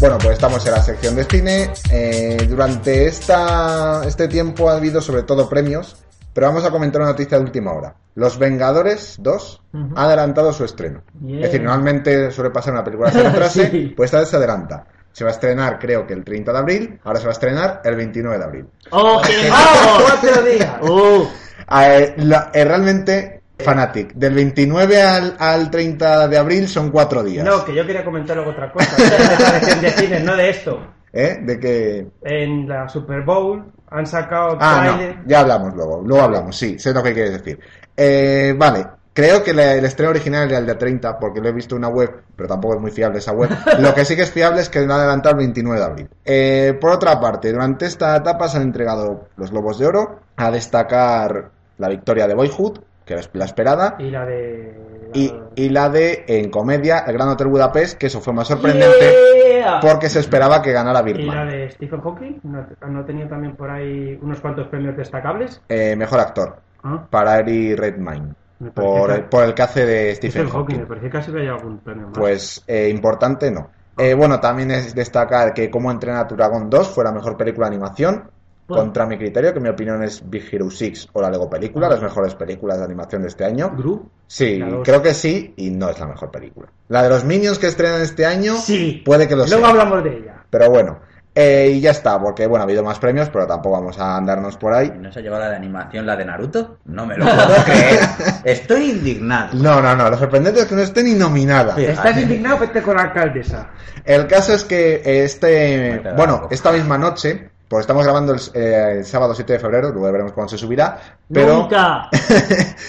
Speaker 1: Bueno, pues estamos en la sección de cine. Eh, durante esta, este tiempo ha habido sobre todo premios, pero vamos a comentar una noticia de última hora. Los Vengadores 2
Speaker 6: Ujú.
Speaker 1: ha adelantado su estreno.
Speaker 6: Bien.
Speaker 1: Es decir, normalmente suele pasar una película se retrase,
Speaker 6: Sí.
Speaker 1: pues esta vez se adelanta. Se va a estrenar creo que el 30 de abril, ahora se va a estrenar el 29 de abril.
Speaker 6: ¡Oh, qué
Speaker 3: ¡Vamos!
Speaker 6: vamos!
Speaker 3: ¡Cuatro días!
Speaker 6: ¡Oh!
Speaker 1: A, eh, la- eh, realmente, Fanatic, del 29 al, al 30 de abril son cuatro días.
Speaker 3: No, que yo quería comentar luego otra cosa. de sección de cine, no de esto.
Speaker 1: ¿Eh? De que...
Speaker 3: En la Super Bowl han sacado
Speaker 1: Ah,
Speaker 3: trailer.
Speaker 1: no, ya hablamos luego, luego hablamos, sí, sé lo que quieres decir. Eh, vale, creo que la- el estreno original era el de 30, porque lo he visto en una web, pero tampoco es muy fiable esa web. Lo que sí que es fiable es que lo han adelantado el 29 de abril. Eh, por otra parte, durante esta etapa se han entregado los Globos de Oro, a destacar la victoria de Boyhood, que era la esperada,
Speaker 3: Y la de.
Speaker 1: y, y la de en comedia El Gran Hotel Budapest, que eso fue más sorprendente
Speaker 6: Yeah.
Speaker 1: porque se esperaba que ganara
Speaker 3: y la
Speaker 1: Birdman.
Speaker 3: de Stephen Hawking. ¿No, no tenía también por ahí unos cuantos premios destacables?
Speaker 1: Eh, mejor actor
Speaker 3: Ah,
Speaker 1: para Eri Redmayne
Speaker 3: Me parece
Speaker 1: por,
Speaker 3: que-
Speaker 1: el- por el que hace de
Speaker 3: Stephen
Speaker 1: Stephen
Speaker 3: Hawking,
Speaker 1: Hawking.
Speaker 3: me parecía que casi que había algún premio más.
Speaker 1: Pues eh, importante no. Eh, bueno, también es destacar que Cómo entrenar a tu dragón 2 fue la mejor película de animación.
Speaker 6: Bueno.
Speaker 1: Contra mi criterio, que mi opinión es Big Hero 6 o la Lego Película, las mejores películas de animación de este año.
Speaker 3: Ah. Gru.
Speaker 1: Sí,
Speaker 3: La dos.
Speaker 1: creo que sí, y no es la mejor película. La de los Minions que estrenan este año,
Speaker 3: Sí.
Speaker 1: puede que lo
Speaker 3: Luego
Speaker 1: sea.
Speaker 3: hablamos de ella.
Speaker 1: Pero bueno, eh, y ya está, porque bueno, ha habido más premios, pero tampoco vamos a andarnos por ahí.
Speaker 2: ¿No se ha llevado la de animación la de Naruto? No me lo puedo creer. Estoy indignado.
Speaker 1: No, no, no, lo sorprendente es que no esté ni nominada.
Speaker 2: Sí.
Speaker 3: Estás indignado, vete con la alcaldesa.
Speaker 1: El caso es que este,
Speaker 2: Vete a la
Speaker 1: bueno,
Speaker 2: boca.
Speaker 1: esta misma noche, porque estamos grabando el, eh, el sábado 7 de febrero, luego veremos cuándo se subirá, pero
Speaker 6: Nunca.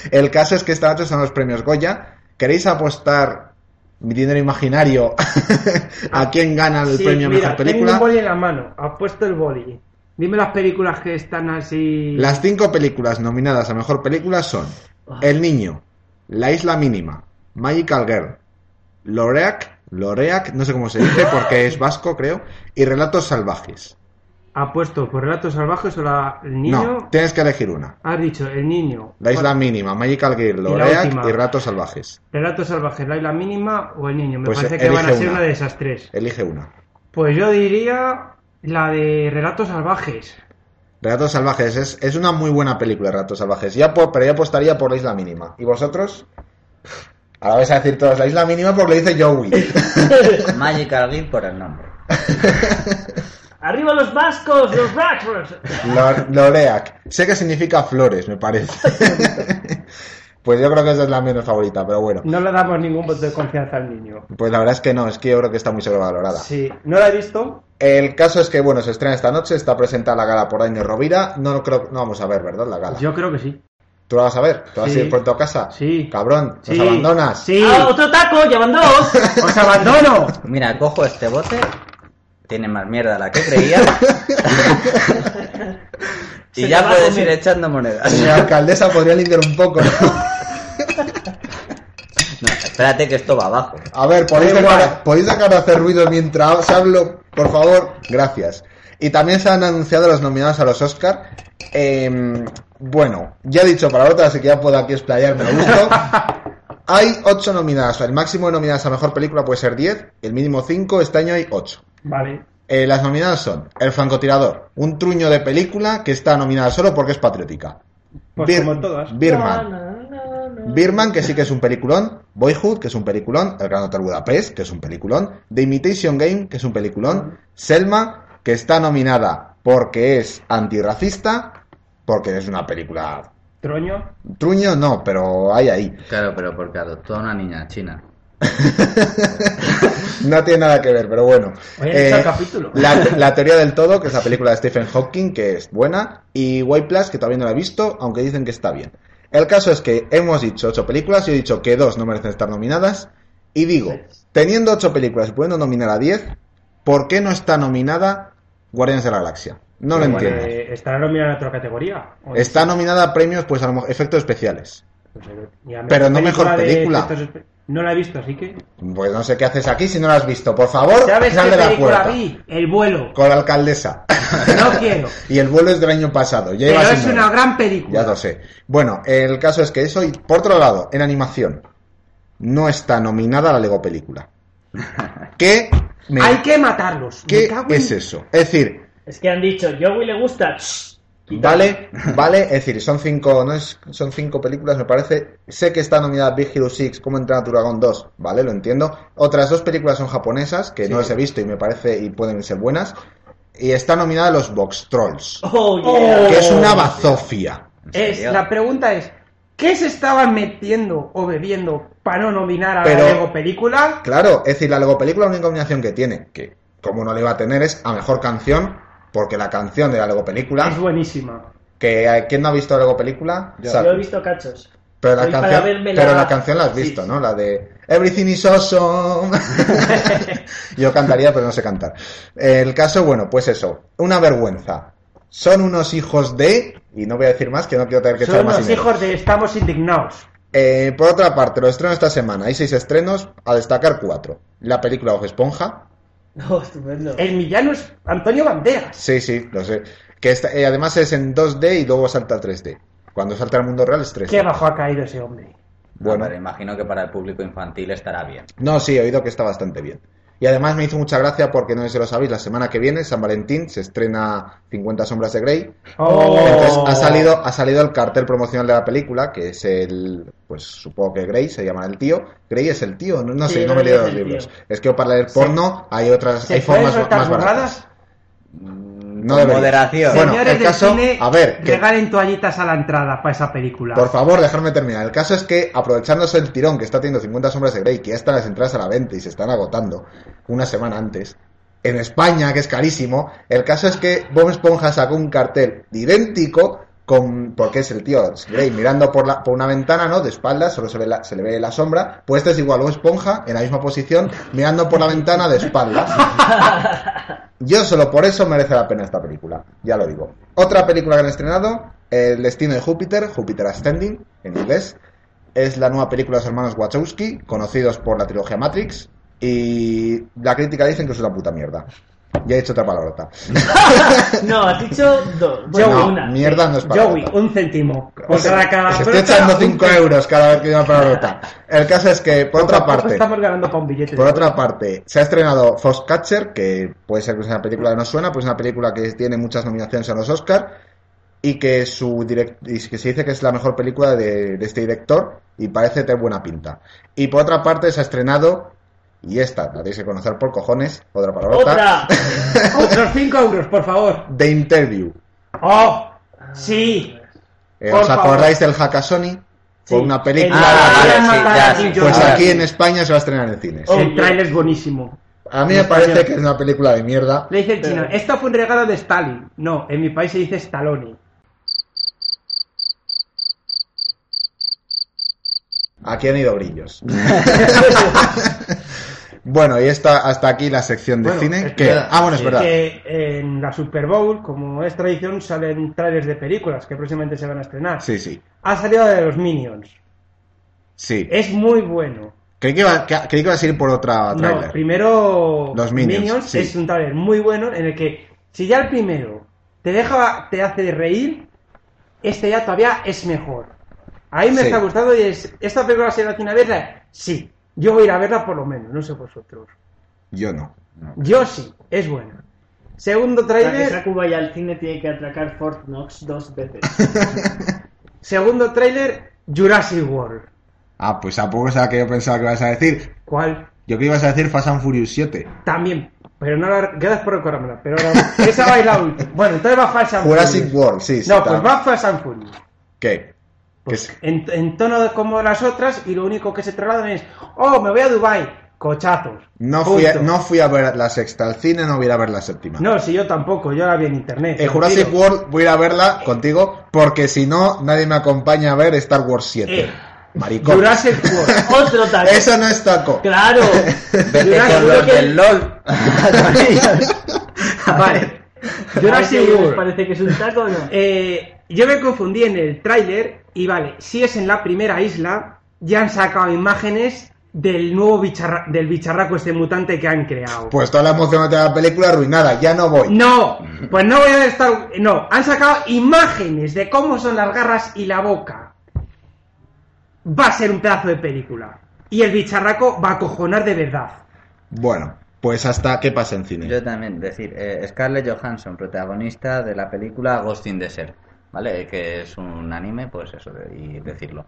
Speaker 1: el caso es que esta noche son los premios Goya. ¿Queréis apostar mi dinero imaginario a quién gana el
Speaker 3: Sí,
Speaker 1: premio
Speaker 3: mira,
Speaker 1: Mejor
Speaker 3: Tengo un
Speaker 1: Película?
Speaker 3: boli en la mano. Has puesto el boli. Dime las películas que están así.
Speaker 1: Las cinco películas nominadas a mejor película son El Niño, La Isla Mínima, Magical Girl, Loreac, Loreac, no sé cómo se dice porque es vasco, creo, y Relatos Salvajes.
Speaker 3: ¿Ha puesto por relatos salvajes o la, el niño?
Speaker 1: No, tienes que elegir una.
Speaker 3: Has dicho el niño.
Speaker 1: La Isla Mínima, Magical Girl,
Speaker 3: la
Speaker 1: Loreac
Speaker 3: última.
Speaker 1: y Relatos Salvajes.
Speaker 3: Relatos salvajes, la isla mínima o el niño. Me
Speaker 1: Pues
Speaker 3: parece que van a
Speaker 1: elige
Speaker 3: ser
Speaker 1: una.
Speaker 3: una de esas tres.
Speaker 1: Elige una.
Speaker 3: Pues yo diría la de Relatos Salvajes.
Speaker 1: Relatos Salvajes, es, es una muy buena película, Relatos Salvajes. Ya po- pero yo apostaría por la isla mínima. ¿Y vosotros? Ahora vais a decir todos la isla mínima porque lo dice Joey.
Speaker 2: Magical Girl por el nombre.
Speaker 6: ¡Arriba los vascos! ¡Los vascos!
Speaker 1: Lo- Loreac. Sé que significa flores, me parece. pues yo creo que esa es la menos favorita, pero bueno.
Speaker 5: No le damos ningún voto de confianza al niño.
Speaker 1: Pues la verdad es que no, es que yo creo que está muy sobrevalorada.
Speaker 5: Sí, no la he visto.
Speaker 1: El caso es que, bueno, se estrena esta noche, está presentada la gala por Daniel Rovira. No, no creo, no vamos a ver, ¿verdad? La gala.
Speaker 5: Yo creo que sí.
Speaker 1: ¿Tú la vas a ver? ¿Tú vas
Speaker 5: Sí.
Speaker 1: a ir pronto a casa?
Speaker 5: Sí.
Speaker 1: Cabrón,
Speaker 5: Sí.
Speaker 1: nos abandonas.
Speaker 5: Sí.
Speaker 6: Ah, ¡Otro taco! ¡Ya van dos!
Speaker 5: ¡Os abandono!
Speaker 2: Mira, cojo este bote. Tiene más mierda la que creía. y ya puedes ir echando monedas.
Speaker 1: La alcaldesa podría limpiar un poco. ¿no?
Speaker 2: No, espérate que esto va abajo.
Speaker 1: A ver, podéis dejar, podéis dejar de hacer ruido mientras os hablo, por favor. Gracias. Y también se han anunciado los nominados a los Oscar. Em, bueno, ya he dicho para otra, así que ya puedo aquí explayarme a gusto. Hay ocho nominadas. El máximo de nominadas a mejor película puede ser 10, el mínimo 5, este año hay 8.
Speaker 5: Vale.
Speaker 1: Eh, las nominadas son El francotirador, un truño de película que está nominada solo porque es patriótica.
Speaker 5: Pues
Speaker 1: Bir-
Speaker 5: como todas.
Speaker 6: Ah,
Speaker 1: Birman. Birman, que sí que es un peliculón. Boyhood, que es un peliculón. El Gran Hotel Budapest, que es un peliculón. The Imitation Game, que es un peliculón. Selma, que está nominada porque es antirracista, porque es una película...
Speaker 5: Troño.
Speaker 1: Truño no, pero hay ahí.
Speaker 2: Claro, pero porque adoptó a una niña china.
Speaker 1: No tiene nada que ver, pero bueno.
Speaker 5: Oye, han hecho
Speaker 1: Eh,
Speaker 5: el capítulo.
Speaker 1: La, la teoría del todo, que es la película de Stephen Hawking, que es buena, y White Plus, que todavía no la he visto, aunque dicen que está bien. El caso es que hemos dicho ocho películas, yo he dicho que dos no merecen estar nominadas, y digo, teniendo ocho películas y pudiendo nominar a 10, ¿por qué no está nominada Guardianes de la Galaxia? No lo
Speaker 5: Bueno,
Speaker 1: entiendo.
Speaker 5: eh, estará nominada en otra categoría. ¿O no? Pues,
Speaker 1: Está nominada a premios, pues a lo mejor efectos especiales.
Speaker 5: eh, Y a
Speaker 1: Pero no mejor
Speaker 5: de
Speaker 1: película.
Speaker 5: efectos espe- No la he visto, así que.
Speaker 1: Pues no sé qué haces aquí si no la has visto. Por favor,
Speaker 3: ¿Sabes
Speaker 1: sal
Speaker 3: qué
Speaker 1: de la
Speaker 3: película
Speaker 1: puerta.
Speaker 3: vi? El vuelo.
Speaker 1: Con la alcaldesa.
Speaker 3: No quiero.
Speaker 1: Y el vuelo es del año pasado. Ya
Speaker 3: Pero
Speaker 1: iba
Speaker 3: es
Speaker 1: siendo
Speaker 3: una
Speaker 1: hora.
Speaker 3: gran
Speaker 1: Ya
Speaker 3: película.
Speaker 1: lo sé. Bueno, el caso es que eso, y por otro lado, en animación, no está nominada la Lego película. ¿Qué, me-
Speaker 3: Hay que matarlos. Me
Speaker 1: qué
Speaker 3: cago en-
Speaker 1: es eso? Es decir,
Speaker 4: Es que han dicho, Joey le gusta. shh, quita.
Speaker 1: vale, vale, es decir, son cinco, no es, son cinco películas, me parece. Sé que está nominada Big Hero 6, como entrenar a tu dragón 2, vale, lo entiendo. Otras dos películas son japonesas, que no las he visto y me parece y pueden ser buenas. Y está nominada los Box Trolls,
Speaker 4: Oh, yeah.
Speaker 1: que es una bazofia.
Speaker 2: ¿En
Speaker 3: Es,
Speaker 2: serio?
Speaker 3: la pregunta es, ¿qué se estaban metiendo o bebiendo para no nominar a
Speaker 1: Pero-
Speaker 3: la Lego película?
Speaker 1: Claro, es decir, la Lego Película la única nominación que tiene, que como no le iba a tener, es a Mejor Canción, porque la canción de la Lego Película,
Speaker 5: Es buenísima.
Speaker 1: que eh, ¿quién no ha visto la Lego Película? Sabe.
Speaker 4: Yo he visto cachos.
Speaker 1: pero, la
Speaker 4: Voy para
Speaker 1: canción,
Speaker 4: verme
Speaker 1: pero la canción la has visto,
Speaker 4: Sí.
Speaker 1: ¿no? La de Everything is awesome. Yo cantaría, pero no sé cantar. El caso, bueno, pues eso, una vergüenza. Son unos hijos de... Y no voy a decir más, que no quiero tener que echar
Speaker 5: Son
Speaker 1: más
Speaker 5: los
Speaker 1: dinero.
Speaker 5: hijos de Estamos Indignados.
Speaker 1: Eh, por otra parte, los estrenos esta semana. Hay seis estrenos, a destacar cuatro. La película Ojo Esponja,
Speaker 4: Oh, estupendo.
Speaker 3: El villano es Antonio Banderas.
Speaker 1: Sí, sí, lo sé. Que esta- eh, además es en 2D y luego salta a 3D. Cuando salta al mundo real es 3D.
Speaker 5: Qué bajo ha caído ese hombre.
Speaker 1: Bueno,
Speaker 2: Pero imagino que para el público infantil estará bien.
Speaker 1: no, sí, he oído que está bastante bien. Y además me hizo mucha gracia porque no sé si lo sabéis, la semana que viene, San Valentín, se estrena 50 sombras de Grey.
Speaker 4: Oh.
Speaker 1: Entonces ha salido, ha salido el cartel promocional de la película, que es el, pues supongo que Grey se llama el tío. Grey es el tío, no, no
Speaker 4: Sí,
Speaker 1: sé, no
Speaker 4: Grey
Speaker 1: me he leído
Speaker 4: es
Speaker 1: los
Speaker 4: el
Speaker 1: libros.
Speaker 4: tío.
Speaker 1: Es que para leer porno hay otras,
Speaker 5: ¿Se
Speaker 1: hay
Speaker 5: pueden
Speaker 1: formas más
Speaker 5: soltar
Speaker 1: baratas.
Speaker 5: burradas?
Speaker 1: Mm, No
Speaker 2: No
Speaker 1: debería.
Speaker 2: moderación.
Speaker 1: Bueno,
Speaker 3: Señores
Speaker 1: el
Speaker 3: del
Speaker 1: caso-
Speaker 3: cine,
Speaker 1: a ver, que-
Speaker 3: regalen toallitas a la entrada para esa película.
Speaker 1: Por favor, dejarme terminar. El caso es que, aprovechándose el tirón que está teniendo 50 sombras de Grey, que ya están las entradas a la venta y se están agotando una semana antes, en España, que es carísimo, el caso es que Bob Esponja sacó un cartel idéntico con... porque es el tío Grey mirando por, la, por una ventana, ¿no? De espaldas, solo se, ve la- se le ve la sombra, pues este es igual, Bob Esponja, en la misma posición, mirando por la ventana de espaldas. Yo solo por eso merece la pena esta película, ya lo digo. Otra película que han estrenado, El destino de Júpiter, Júpiter Ascending, en inglés. Es la nueva película de los hermanos Wachowski, conocidos por la trilogía Matrix. Y la crítica dicen que es una puta mierda. Ya he hecho otra palabrota.
Speaker 4: No, has dicho dos. Bueno,
Speaker 1: No,
Speaker 4: una.
Speaker 1: mierda no es palabrota.
Speaker 5: Joey, un céntimo. Por
Speaker 1: Se-
Speaker 5: Pues cada
Speaker 1: se está
Speaker 5: palabrota,
Speaker 1: echando
Speaker 5: un
Speaker 1: 5
Speaker 5: céntimo.
Speaker 1: euros cada vez que digo una palabrota. El caso es que, por otra
Speaker 5: Nosotros
Speaker 1: parte,
Speaker 5: Estamos ganando con billetes.
Speaker 1: Por otra parte, se ha estrenado Foxcatcher, que puede ser que sea una película que no suena, pues es una película que tiene muchas nominaciones a los Oscar y que su direct- y que se dice que es la mejor película de, de este director y parece tener buena pinta. Y por otra parte se ha estrenado y esta la tenéis que conocer por cojones, otra palabrota,
Speaker 4: Otra.
Speaker 5: Otros 5 Oh, euros, por favor.
Speaker 1: The Interview.
Speaker 5: ¡Oh! Sí.
Speaker 1: Eh,
Speaker 5: Por
Speaker 1: ¿Os
Speaker 5: favor.
Speaker 1: acordáis del Hakasoni? Fue
Speaker 5: Sí.
Speaker 1: una película.
Speaker 2: Ah,
Speaker 5: Ah,
Speaker 2: vale,
Speaker 5: ya
Speaker 2: sí,
Speaker 5: mataron
Speaker 2: ya,
Speaker 5: a
Speaker 2: sí.
Speaker 5: Kim Jong-un.
Speaker 1: pues
Speaker 2: ahora
Speaker 1: aquí
Speaker 2: sí.
Speaker 1: en España se va a estrenar en cines.
Speaker 5: Oh, El trailer es buenísimo.
Speaker 1: A mí me parece que es una película de mierda.
Speaker 5: Le dice el chino, esto fue un regalo de Stalin. No, en mi país se dice Stallone.
Speaker 1: Aquí han ido brillos. bueno, y esta, hasta aquí la sección de
Speaker 5: Bueno,
Speaker 1: cine.
Speaker 5: es
Speaker 1: Que,
Speaker 5: verdad.
Speaker 1: ah, bueno, es verdad.
Speaker 5: Que en la Super Bowl, como es tradición, salen trailers de películas que próximamente se van a estrenar.
Speaker 1: Sí, sí.
Speaker 5: Ha salido la de los Minions.
Speaker 1: Sí.
Speaker 5: Es muy bueno.
Speaker 1: Creí que, iba, que- creí que ibas a ir por otra
Speaker 5: Eh, No,
Speaker 1: Ah, trailer.
Speaker 5: primero
Speaker 1: Los Minions, sí.
Speaker 5: es un trailer muy bueno en el que si ya el primero te deja, te hace reír, este ya todavía es mejor. Ahí me
Speaker 1: Sí.
Speaker 5: está gustando y es, ¿esta película se la tiene a verla? Sí, yo voy a ir a verla por lo menos, no sé vosotros.
Speaker 1: Yo no. no.
Speaker 5: Yo sí, es buena. Segundo
Speaker 4: Para que
Speaker 5: tráiler,
Speaker 4: Saku vaya al cine tiene que atracar Fort Knox dos veces.
Speaker 5: segundo tráiler, Jurassic World.
Speaker 1: Ah, pues a poco sea que yo pensaba que ibas a decir.
Speaker 5: ¿Cuál?
Speaker 1: Yo que ibas a decir Fast and Furious 7.
Speaker 5: También, pero no la... Gracias por recordármela, pero ahora- esa va a ir la última. Bueno, entonces va Fast and
Speaker 1: Jurassic
Speaker 5: Furious.
Speaker 1: World, sí, sí.
Speaker 5: No,
Speaker 1: está.
Speaker 5: pues va Fast and Furious.
Speaker 1: ¿Qué?
Speaker 5: Pues
Speaker 1: Que es-
Speaker 5: en, en tono de- como las otras y lo único que se trasladan es, oh, me voy a Dubai, cochazos.
Speaker 1: No fui, a,
Speaker 5: Punto.
Speaker 1: no fui a ver la sexta al cine, no voy a ir a ver la séptima.
Speaker 5: No, si yo tampoco, yo la vi en internet.
Speaker 1: Eh, Jurassic
Speaker 5: tranquilo.
Speaker 1: World voy a ir a verla contigo porque si no, nadie me acompaña a ver Star Wars 7.
Speaker 5: Eh,
Speaker 1: Maricón.
Speaker 5: Jurassic World.
Speaker 6: Otro taco.
Speaker 1: Eso no es taco.
Speaker 6: Claro.
Speaker 2: Vete
Speaker 5: Jurassic
Speaker 2: con los
Speaker 5: World.
Speaker 2: del LOL.
Speaker 5: Vale.
Speaker 6: Ahora sí,
Speaker 5: Jurassic
Speaker 6: ¿os
Speaker 5: World.
Speaker 6: parece que es un taco o no?
Speaker 5: Eh, yo me confundí en el tráiler y vale, si es en la primera isla, ya han sacado imágenes del nuevo bicharra- del bicharraco este mutante que han creado.
Speaker 1: Pues toda la emoción de la película arruinada, ya no voy.
Speaker 5: No, pues no voy a ver Star No, han sacado imágenes de cómo son las garras y la boca. Va a ser un pedazo de película. Y el bicharraco va a cojonar de verdad.
Speaker 1: Bueno, pues hasta que pasa en cine.
Speaker 2: Yo también, decir, eh, Scarlett Johansson, protagonista de la película Ghost in the Shell, ¿vale? Que es un anime, pues eso, de- y decirlo.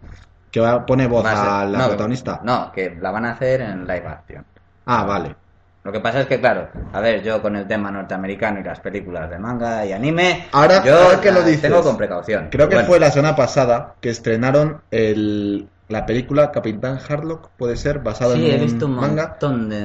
Speaker 1: Que va, pone voz
Speaker 2: Va
Speaker 1: a,
Speaker 2: ser-
Speaker 1: la
Speaker 2: eh, no,
Speaker 1: protagonista.
Speaker 2: No, que la van a hacer en live action.
Speaker 1: Ah, vale.
Speaker 2: Lo que pasa es que, claro, a ver, yo con el tema norteamericano y las películas de manga y anime,
Speaker 1: Ahora-
Speaker 2: yo
Speaker 1: ahora que lo
Speaker 2: las
Speaker 1: dices,
Speaker 2: tengo con precaución.
Speaker 1: Creo que
Speaker 2: Bueno,
Speaker 1: fue la semana pasada que estrenaron el, la película Capitán Harlock, puede ser, basada
Speaker 2: Sí, he
Speaker 1: en un
Speaker 2: visto un
Speaker 1: manga.
Speaker 2: montón de...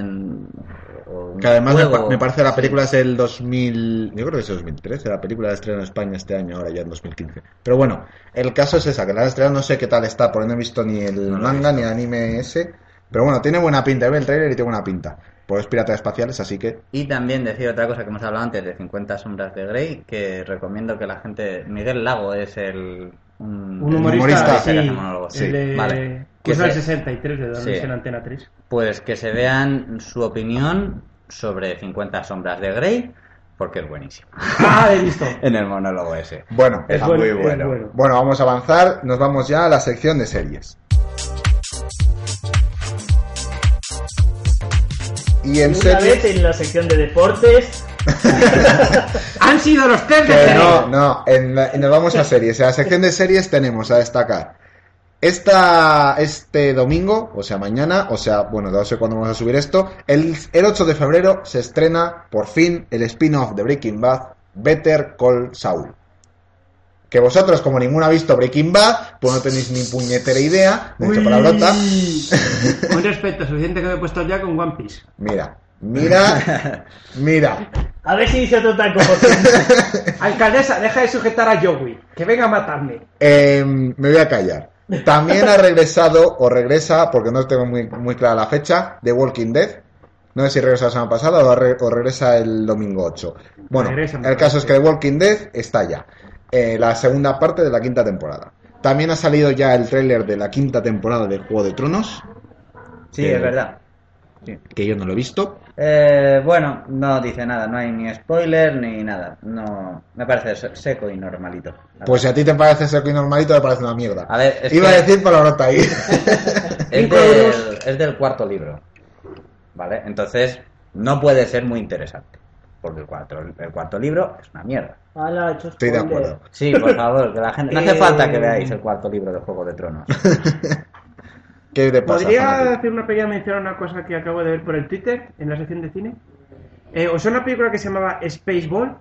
Speaker 2: o un
Speaker 1: Que además me,
Speaker 2: juego.
Speaker 1: pa- me parece la película es del 2000, yo creo que es 2013, la película la estrenó en España este año, ahora ya en 2015. Pero bueno, el caso es esa, que la han estrenado, no sé qué tal está, porque no he visto ni el
Speaker 2: No lo he
Speaker 1: manga ni el anime ese, pero bueno, tiene buena pinta, yo vi el trailer y tiene buena pinta. Pues piratas espaciales, así que
Speaker 2: Y también decir otra cosa que hemos hablado antes de 50 sombras de Grey, que recomiendo que la gente... Miguel Lago es el... Un,
Speaker 5: Un
Speaker 2: el
Speaker 1: humorista,
Speaker 2: que hace
Speaker 5: sí.
Speaker 2: monólogos.
Speaker 1: Sí,
Speaker 5: el de...
Speaker 2: vale.
Speaker 5: Que es
Speaker 2: Que
Speaker 5: el
Speaker 2: se-
Speaker 5: 63 de
Speaker 2: Sí.
Speaker 5: Dolores en Antena 3.
Speaker 2: Pues que se vean su opinión sobre 50 sombras de Grey, porque es buenísimo.
Speaker 5: Ah, he visto.
Speaker 2: En el monólogo ese.
Speaker 1: bueno,
Speaker 5: Es
Speaker 1: está
Speaker 5: bueno,
Speaker 1: muy
Speaker 5: es
Speaker 1: bueno.
Speaker 5: bueno.
Speaker 1: Bueno, vamos a avanzar, nos vamos ya a la sección de series. Y en
Speaker 4: Una
Speaker 1: series...
Speaker 4: vez en la sección de deportes,
Speaker 5: Han sido los tres de
Speaker 1: Que
Speaker 5: tres.
Speaker 1: no, no, en la- nos vamos a series. En la sección de series tenemos a destacar. Esta, este domingo, o sea, mañana, o sea, bueno, no sé cuándo vamos a subir esto. El, el 8 de febrero se estrena, por fin, el spin-off de Breaking Bad, Better Call Saul. Que vosotros, como ninguno ha visto Breaking Bad, pues no tenéis ni puñetera idea. De hecho, palabrota.
Speaker 5: Un respeto suficiente que me he puesto ya con One Piece.
Speaker 1: Mira, mira, mira.
Speaker 4: a ver si dice otro taco. porque-
Speaker 5: Alcaldesa, deja de sujetar a Joey. Que venga a matarme.
Speaker 1: Eh, me voy a callar. También ha regresado, o regresa, porque no tengo muy, muy clara la fecha, de Walking Dead. No sé si regresa la semana pasada o, re- o regresa el domingo 8. Bueno,
Speaker 5: Regresa, me
Speaker 1: el caso es que
Speaker 5: parece.
Speaker 1: The Walking Dead está ya. Eh, la segunda parte de la quinta temporada. También ha salido ya el tráiler de la quinta temporada de Juego de Tronos.
Speaker 2: Sí,
Speaker 1: Eh,
Speaker 2: es verdad. Sí.
Speaker 1: que yo no lo he visto.
Speaker 2: Eh, bueno, no dice nada, no hay ni spoiler ni nada. No, me parece se- seco y normalito. La
Speaker 1: Pues si a ti te parece seco y normalito, te parece una mierda.
Speaker 2: A ver, es
Speaker 1: Iba
Speaker 2: que-
Speaker 1: a decir palabrota ahí.
Speaker 2: Es
Speaker 1: Cinco
Speaker 2: del,
Speaker 1: euros.
Speaker 2: es del cuarto libro. ¿Vale? Entonces, no puede ser muy interesante. Porque el cuarto, el cuarto libro es una mierda.
Speaker 4: Ala, he hecho
Speaker 1: Estoy de
Speaker 4: spoiler.
Speaker 1: acuerdo.
Speaker 2: Sí, por favor, que la gente. No hace
Speaker 4: Eh,
Speaker 2: falta que veáis el cuarto libro de Juego de Tronos.
Speaker 1: ¿Qué te pasa?
Speaker 5: ¿Podría
Speaker 1: Jonathan?
Speaker 5: hacer una pequeña mención a una cosa que acabo de ver por el Twitter, en la sección de cine? Eh, ¿Os suena una película que se llamaba Spaceball?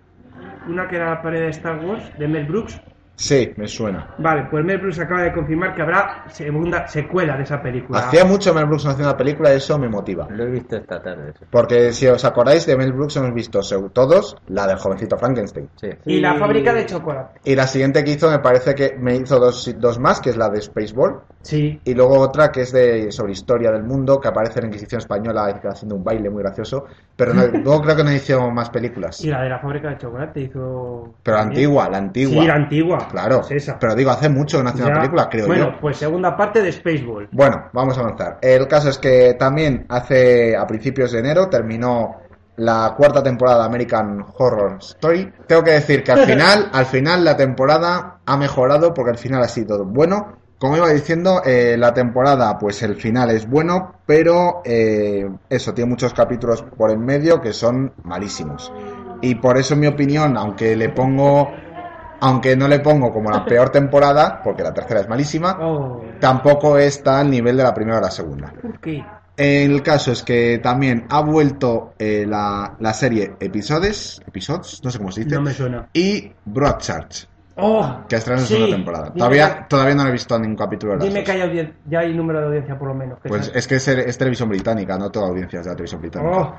Speaker 5: Una que era la pared de Star Wars, de Mel Brooks.
Speaker 1: Sí, me suena.
Speaker 5: Vale, pues Mel Brooks acaba de confirmar que habrá segunda secuela de esa película.
Speaker 1: Hacía mucho Mel Brooks no hacía una película y eso me motiva.
Speaker 2: Lo he visto esta tarde. sí.
Speaker 1: Porque si os acordáis, de Mel Brooks hemos visto seg- todos la del jovencito Frankenstein.
Speaker 2: Sí.
Speaker 5: Y la fábrica de chocolate.
Speaker 1: Y la siguiente que hizo me parece que me hizo dos, dos más, que es la de Spaceball.
Speaker 5: Sí.
Speaker 1: Y luego otra que es de sobre historia del mundo, que aparece en la Inquisición Española haciendo un baile muy gracioso. Pero no, luego creo que no hicieron más películas.
Speaker 5: Y la de la fábrica de chocolate hizo...
Speaker 1: Pero la
Speaker 5: también.
Speaker 1: antigua, la antigua.
Speaker 5: Sí, la antigua.
Speaker 1: Claro.
Speaker 5: Es esa.
Speaker 1: Pero digo, hace mucho que no hace una
Speaker 5: Ya.
Speaker 1: película, creo
Speaker 5: bueno,
Speaker 1: yo.
Speaker 5: pues segunda parte de Spaceball.
Speaker 1: Bueno, vamos a avanzar. El caso es que también hace a principios de enero terminó la cuarta temporada de American Horror Story. Tengo que decir que al final, al final la temporada ha mejorado porque el final ha sido bueno. Como iba diciendo, eh, la temporada, pues el final es bueno, pero eh, eso, tiene muchos capítulos por en medio que son malísimos. Y por eso, en mi opinión, aunque le pongo, aunque no le pongo como la peor temporada, porque la tercera es malísima,
Speaker 5: Oh,
Speaker 1: tampoco está al nivel de la primera o la segunda.
Speaker 5: ¿por qué?
Speaker 1: El caso es que también ha vuelto eh, la, la serie Episodes, Episodes, no sé cómo se dice,
Speaker 5: No me suena.
Speaker 1: y Broadchurch,
Speaker 5: Oh,
Speaker 1: que estrena su
Speaker 5: Sí,
Speaker 1: segunda temporada.
Speaker 5: dime
Speaker 1: Todavía, todavía no he visto ningún capítulo de las
Speaker 5: Dime
Speaker 1: dos.
Speaker 5: que hay audien- ya hay número de audiencia por lo menos. que
Speaker 1: Pues
Speaker 5: sea-
Speaker 1: es que es, es televisión británica, no toda audiencia es de la televisión británica.
Speaker 5: Oh.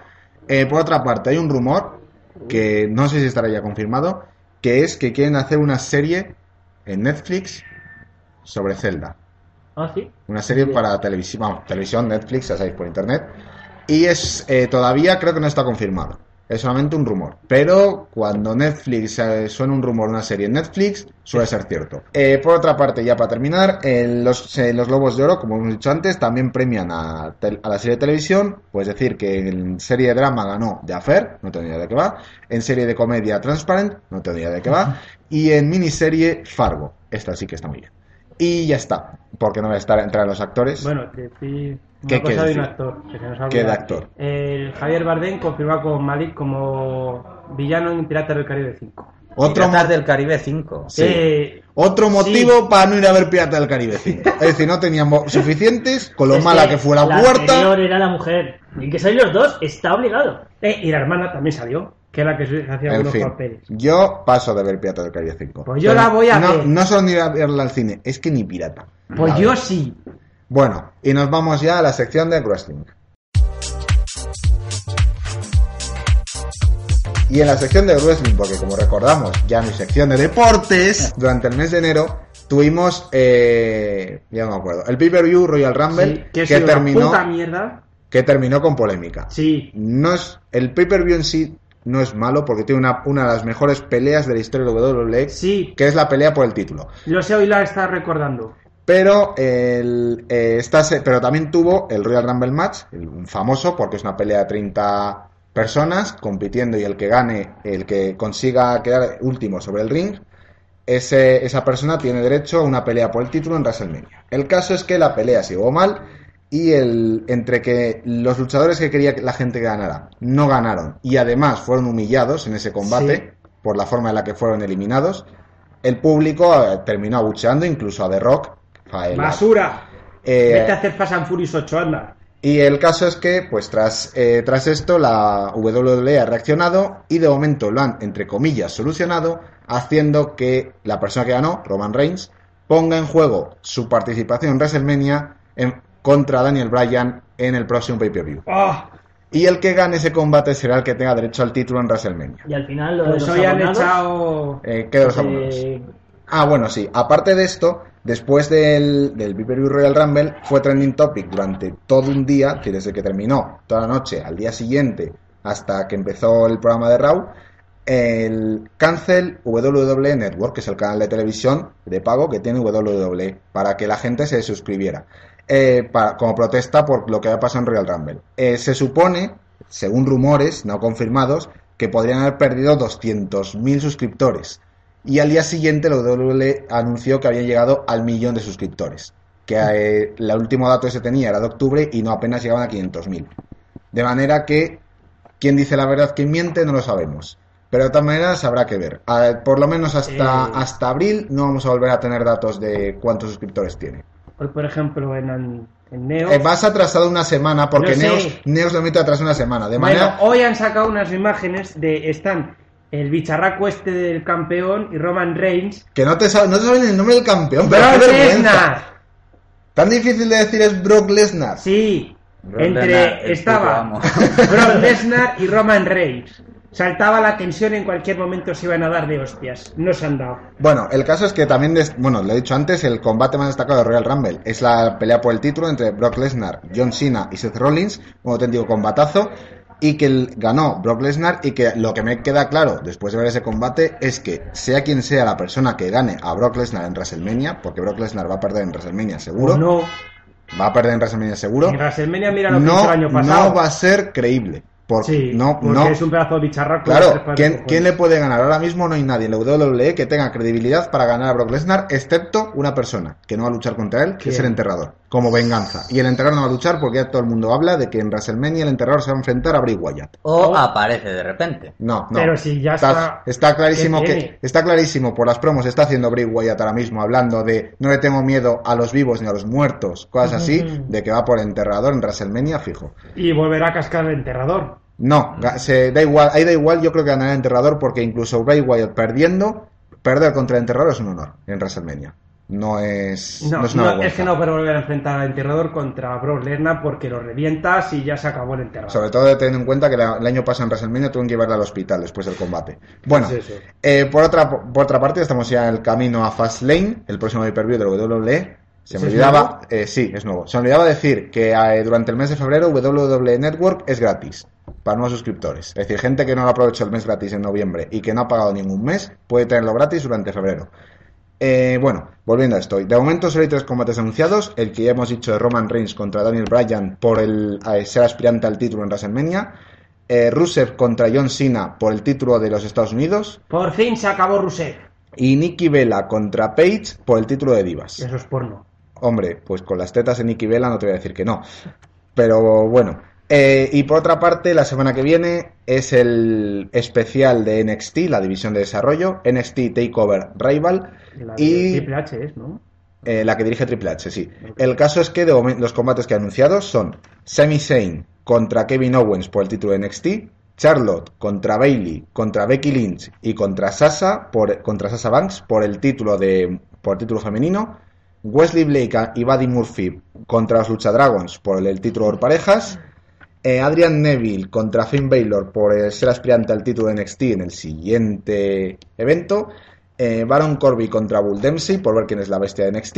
Speaker 1: Eh, por otra parte, hay un rumor que no sé si estará ya confirmado, que es que quieren hacer una serie en Netflix sobre Zelda.
Speaker 6: Ah, sí.
Speaker 1: Una serie para televisión, vamos, televisión, Netflix, ya sabéis, por internet. Y es eh, todavía creo que no está confirmado. Es solamente un rumor. Pero cuando Netflix eh, suena un rumor de una serie en Netflix, suele ser cierto. Eh, por otra parte, ya para terminar, eh, los, eh, los Globos de Oro, como hemos dicho antes, también premian a, tel- a la serie de televisión. Pues decir que en serie de drama ganó The Affair, no tengo ni idea de qué va. En serie de comedia Transparent, no tengo ni idea de qué va. Y en miniserie Fargo. Esta sí que está muy bien. Y ya está, porque no voy a estar entrar en los actores.
Speaker 5: Bueno, decir una
Speaker 1: ¿Qué
Speaker 5: cosa de
Speaker 1: quieres decir?
Speaker 5: un actor. Que se nos ha
Speaker 1: ¿Qué de
Speaker 5: olvidado.
Speaker 1: actor?
Speaker 5: El Javier Bardem confirmó con Malik como villano en Piratas del Caribe 5.
Speaker 1: Otro,
Speaker 2: Piratas del Caribe 5.
Speaker 1: Sí.
Speaker 5: Eh,
Speaker 1: otro
Speaker 5: Sí.
Speaker 1: motivo para no ir a ver Pirata del Caribe 5. Es decir, no teníamos suficientes con lo
Speaker 6: Es
Speaker 1: mala que fue la,
Speaker 6: La
Speaker 1: puerta.
Speaker 6: anterior era la mujer. Y que sois los dos, está obligado.
Speaker 5: eh, y la hermana también salió, que es la que se- hacía
Speaker 1: En
Speaker 5: algunos
Speaker 1: fin,
Speaker 5: papeles.
Speaker 1: yo paso de ver Pirata del Caribe 5.
Speaker 5: Pues yo la voy a
Speaker 1: no,
Speaker 5: ver.
Speaker 1: No solo ni ir a verla al cine, es que ni pirata.
Speaker 5: Pues
Speaker 1: La
Speaker 5: yo
Speaker 1: verdad.
Speaker 5: sí.
Speaker 1: Bueno, y nos vamos ya a la sección de wrestling. Y en la sección de wrestling, porque como recordamos, ya en mi sección de deportes, durante el mes de enero tuvimos, eh, ya no me acuerdo, el pay-per-view Royal Rumble
Speaker 5: Sí,
Speaker 1: que,
Speaker 5: ha sido una
Speaker 1: terminó,
Speaker 5: puta mierda.
Speaker 1: que terminó con polémica.
Speaker 5: Sí.
Speaker 1: No es, el pay-per-view en sí no es malo porque tiene una, una de las mejores peleas de la historia de WWE,
Speaker 5: Sí.
Speaker 1: que es la pelea por el título.
Speaker 5: Lo sé, hoy la está recordando.
Speaker 1: Pero, el, eh, esta se- pero también tuvo el Royal Rumble Match, el- un famoso, porque es una pelea de 30 personas compitiendo y el que gane, el que consiga quedar último sobre el ring, ese- esa persona tiene derecho a una pelea por el título en WrestleMania. El caso es que la pelea siguió mal y el, entre que los luchadores que quería que la gente que ganara no ganaron y además fueron humillados en ese combate por la forma en la que fueron eliminados, el público eh, terminó abucheando incluso a The Rock. a él, a-
Speaker 5: ¡Basura!
Speaker 1: eh,
Speaker 5: Vete a hacer Fast and Furious 8, anda.
Speaker 1: y el caso es que, pues tras, eh, tras esto, la WWE ha reaccionado y de momento lo han, entre comillas, solucionado, haciendo que la persona que ganó, Roman Reigns, ponga en juego su participación en WrestleMania en- contra Daniel Bryan en el próximo pay-per-view.
Speaker 5: Oh,
Speaker 1: Y el que gane ese combate será el que tenga derecho al título en WrestleMania.
Speaker 6: Y al final lo de
Speaker 5: pues
Speaker 6: los
Speaker 5: hoy han
Speaker 6: abonados,
Speaker 5: echado.
Speaker 1: Eh, ¿Qué de los
Speaker 6: eh,
Speaker 1: abonados? Ah, bueno, sí. Aparte de esto, después del, del pay-per-view Royal Rumble, fue trending topic durante todo un día, que desde que terminó, toda la noche, al día siguiente, hasta que empezó el programa de Raw, el Cancel E WWE E, Network, que es el canal de televisión de pago que tiene WWE, para que la gente se suscribiera. eh, pa- como protesta por lo que había pasado en Royal Rumble. Eh, se supone, según rumores no confirmados, que podrían haber perdido 200.000 suscriptores. Y al día siguiente, la WWE anunció que habían llegado al millón de suscriptores. Que eh, el último dato que se tenía era de octubre y no apenas llegaban a 500.000. De manera que quién dice la verdad, quién miente, no lo sabemos. Pero de todas maneras habrá que ver. A- por lo menos hasta,
Speaker 5: Eh.
Speaker 1: hasta abril no vamos a volver a tener datos de cuántos suscriptores tiene.
Speaker 5: Hoy, por ejemplo, en, en Neo.
Speaker 1: Eh, vas atrasado una semana porque
Speaker 5: No sé.
Speaker 1: Neos, Neos lo mete atrás una semana. De
Speaker 5: bueno,
Speaker 1: manera...
Speaker 5: hoy han sacado unas imágenes de. Están el bicharraco este del campeón y Roman Reigns.
Speaker 1: Que no te, saben, no te saben el nombre del campeón, pero
Speaker 5: ¡Brock
Speaker 1: qué vergüenza.
Speaker 5: Lesnar!
Speaker 1: Tan difícil de decir es Brock Lesnar.
Speaker 5: Sí.
Speaker 2: Brock
Speaker 5: entre.
Speaker 2: Lesnar, el puto
Speaker 5: estaba
Speaker 2: amo.
Speaker 5: Brock Lesnar y Roman Reigns. Saltaba la tensión, en cualquier momento se iban a dar de hostias. No se han dado.
Speaker 1: Bueno, el caso es que también, des- bueno, lo he dicho antes, el combate más destacado de Royal Rumble es la pelea por el título entre Brock Lesnar, John Cena y Seth Rollins, un auténtico combatazo, y que el- ganó Brock Lesnar y que lo que me queda claro después de ver ese combate es que sea quien sea la persona que gane a Brock Lesnar en WrestleMania, porque Brock Lesnar va a perder en WrestleMania seguro,
Speaker 5: O no.
Speaker 1: va a perder en WrestleMania seguro,
Speaker 5: En WrestleMania, mira lo que hizo el
Speaker 1: no,
Speaker 5: año pasado.
Speaker 1: no va a ser creíble. Porque,
Speaker 5: Sí,
Speaker 1: no,
Speaker 5: porque
Speaker 1: no,
Speaker 5: es un pedazo de bicharraco. de tres
Speaker 1: Claro,
Speaker 5: pares de
Speaker 1: ¿quién,
Speaker 5: cojones.
Speaker 1: quién le puede ganar? Ahora mismo no hay nadie en la WWE que tenga credibilidad para ganar a Brock Lesnar, excepto una persona que no va a luchar contra él, que es el enterrador, como venganza. Y el enterrador no va a luchar porque ya todo el mundo habla de que en WrestleMania el enterrador se va a enfrentar a Bray Wyatt.
Speaker 2: O aparece de repente.
Speaker 1: No, no.
Speaker 5: Pero si ya está-
Speaker 1: clarísimo
Speaker 5: ¿qué
Speaker 1: que
Speaker 5: tiene?
Speaker 1: está clarísimo por las promos está haciendo Bray Wyatt ahora mismo hablando de no le tengo miedo a los vivos ni a los muertos, cosas así, de que va por enterrador en WrestleMania fijo.
Speaker 5: Y volverá a cascar el enterrador.
Speaker 1: No, ga- se, da igual, ahí da igual, yo creo que ganará el enterrador porque incluso Bray Wyatt perdiendo, perder contra el enterrador es un honor en WrestleMania. No es, Pues no,
Speaker 5: No,
Speaker 1: es una
Speaker 5: no, es
Speaker 1: vergüenza.
Speaker 5: que no puede volver a enfrentar al enterrador contra Brock Lesnar porque lo revientas y ya se acabó el enterrador.
Speaker 1: Sobre todo teniendo en cuenta que la- el año pasado en WrestleMania tuvieron que llevarla al hospital después del combate. Bueno,
Speaker 5: Es eso.
Speaker 1: eh, por, otra, por otra parte, estamos ya en el camino a Fastlane, el próximo pay-per-view de E. la WWE. Se me
Speaker 5: ¿Ese es
Speaker 1: olvidaba, eh, sí, es nuevo. Se me olvidaba decir que eh, durante el mes de febrero WWE Network es gratis para nuevos suscriptores. Es decir, gente que no lo aprovechó el mes gratis en noviembre y que no ha pagado ningún mes puede tenerlo gratis durante febrero. Eh, bueno, volviendo a esto. De momento solo hay tres combates anunciados. El que ya hemos dicho de Roman Reigns contra Daniel Bryan por el, eh, ser aspirante al título en WrestleMania. Eh, Rusev contra John Cena por el título de los Estados Unidos.
Speaker 5: Por fin se acabó Rusev.
Speaker 1: Y Nikki Vela contra Paige por el título de Divas.
Speaker 5: Eso es porno.
Speaker 1: Hombre, pues con las tetas de Nikki Vela no te voy a decir que no. Pero bueno. Eh, y por otra parte, la semana que viene es el especial de NXT, la división de desarrollo, NXT Takeover Rival.
Speaker 5: La de
Speaker 1: Y
Speaker 5: Triple H es, ¿no?
Speaker 1: eh, la que dirige Triple H, sí. El caso es que de momen- los combates que ha anunciado son Sami Zayn contra Kevin Owens por el título de NXT, Charlotte contra Bailey, contra Becky Lynch y contra Sasha por contra Sasha Banks por el título de por el título femenino, Wesley Blake a- y Buddy Murphy contra los Lucha Dragons por el, el título por parejas. eh, Adrian Neville contra Finn Baylor por eh, ser aspirante al título de NXT en el siguiente evento. Eh, Baron Corby contra Bull Dempsey por ver quién es la bestia de NXT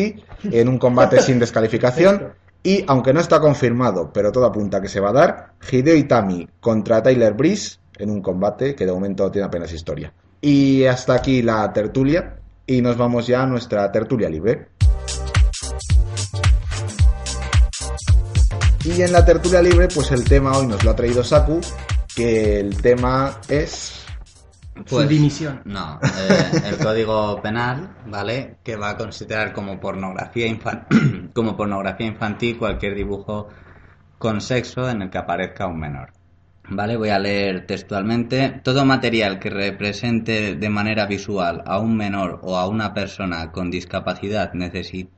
Speaker 1: en un combate sin descalificación. Y aunque no está confirmado, pero todo apunta a que se va a dar, Hideo Itami contra Tyler Breeze en un combate que de momento tiene apenas historia. Y hasta aquí la tertulia y nos vamos ya a nuestra tertulia libre. Y en la tertulia libre, pues el tema hoy nos lo ha traído Saku, que el tema es...
Speaker 2: Pues,
Speaker 5: dimisión.
Speaker 2: No, eh, el código penal, ¿vale? Que va a considerar como pornografía, infan- como pornografía infantil cualquier dibujo con sexo en el que aparezca un menor. Vale, voy a leer textualmente. Todo material que represente de manera visual a un menor o a una persona con discapacidad necesi-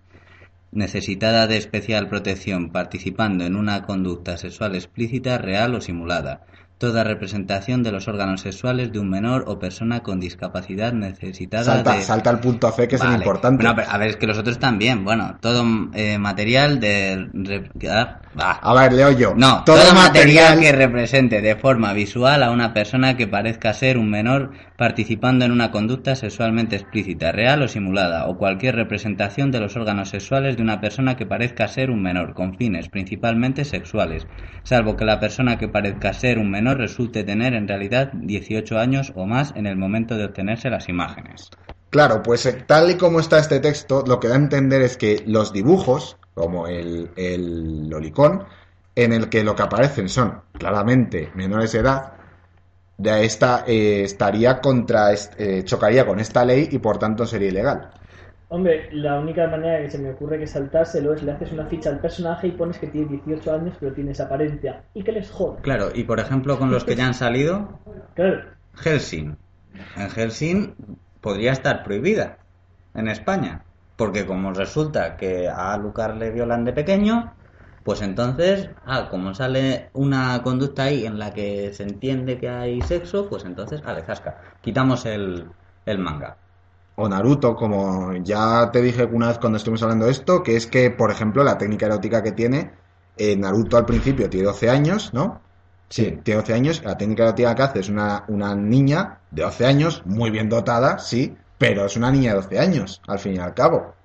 Speaker 2: necesitada de especial protección participando en una conducta sexual explícita, real o simulada. Toda representación de los órganos sexuales de un menor o persona con discapacidad necesitada
Speaker 1: Salta,
Speaker 2: de...
Speaker 1: salta al punto a fe, que es el
Speaker 2: Vale.
Speaker 1: importante.
Speaker 2: Bueno, pero a ver, es que los otros también. Bueno, todo eh, material de... rep- ah, bah.
Speaker 1: A ver, leo yo.
Speaker 2: No, todo, material, que represente de forma visual a una persona que parezca ser un menor participando en una conducta sexualmente explícita, real o simulada, o cualquier representación de los órganos sexuales de una persona que parezca ser un menor, con fines principalmente sexuales, salvo que la persona que parezca ser un menor resulte tener en realidad 18 años o más en el momento de obtenerse las imágenes.
Speaker 1: Claro, pues eh, tal y como está este texto, lo que da a entender es que los dibujos, o como el, el Lolicón, en el que lo que aparecen son claramente menores de edad, de esta, eh, estaría contra, est- eh, chocaría con esta ley y por tanto sería ilegal.
Speaker 4: Hombre, la única manera que se me ocurre que saltárselo es le haces una ficha al personaje y pones que tiene 18 años pero tiene esa apariencia. Y que les joda.
Speaker 2: Claro, y por ejemplo con los que ya han salido,
Speaker 4: Claro.
Speaker 2: Helsing. En Helsing podría estar prohibida en España, porque como resulta que a Lucar le violan de pequeño, pues entonces, ah, como sale una conducta ahí en la que se entiende que hay sexo, pues entonces, ah, le zasca. Quitamos el, el manga.
Speaker 1: O Naruto, como ya te dije una vez cuando estuvimos hablando de esto, que es que, por ejemplo, la técnica erótica que tiene, eh, Naruto al principio tiene 12 años, ¿no? Sí, tiene 12 años, la técnica erótica que hace es una, una niña de 12 años, muy bien dotada, sí, pero es una niña de 12 años, al fin y al cabo.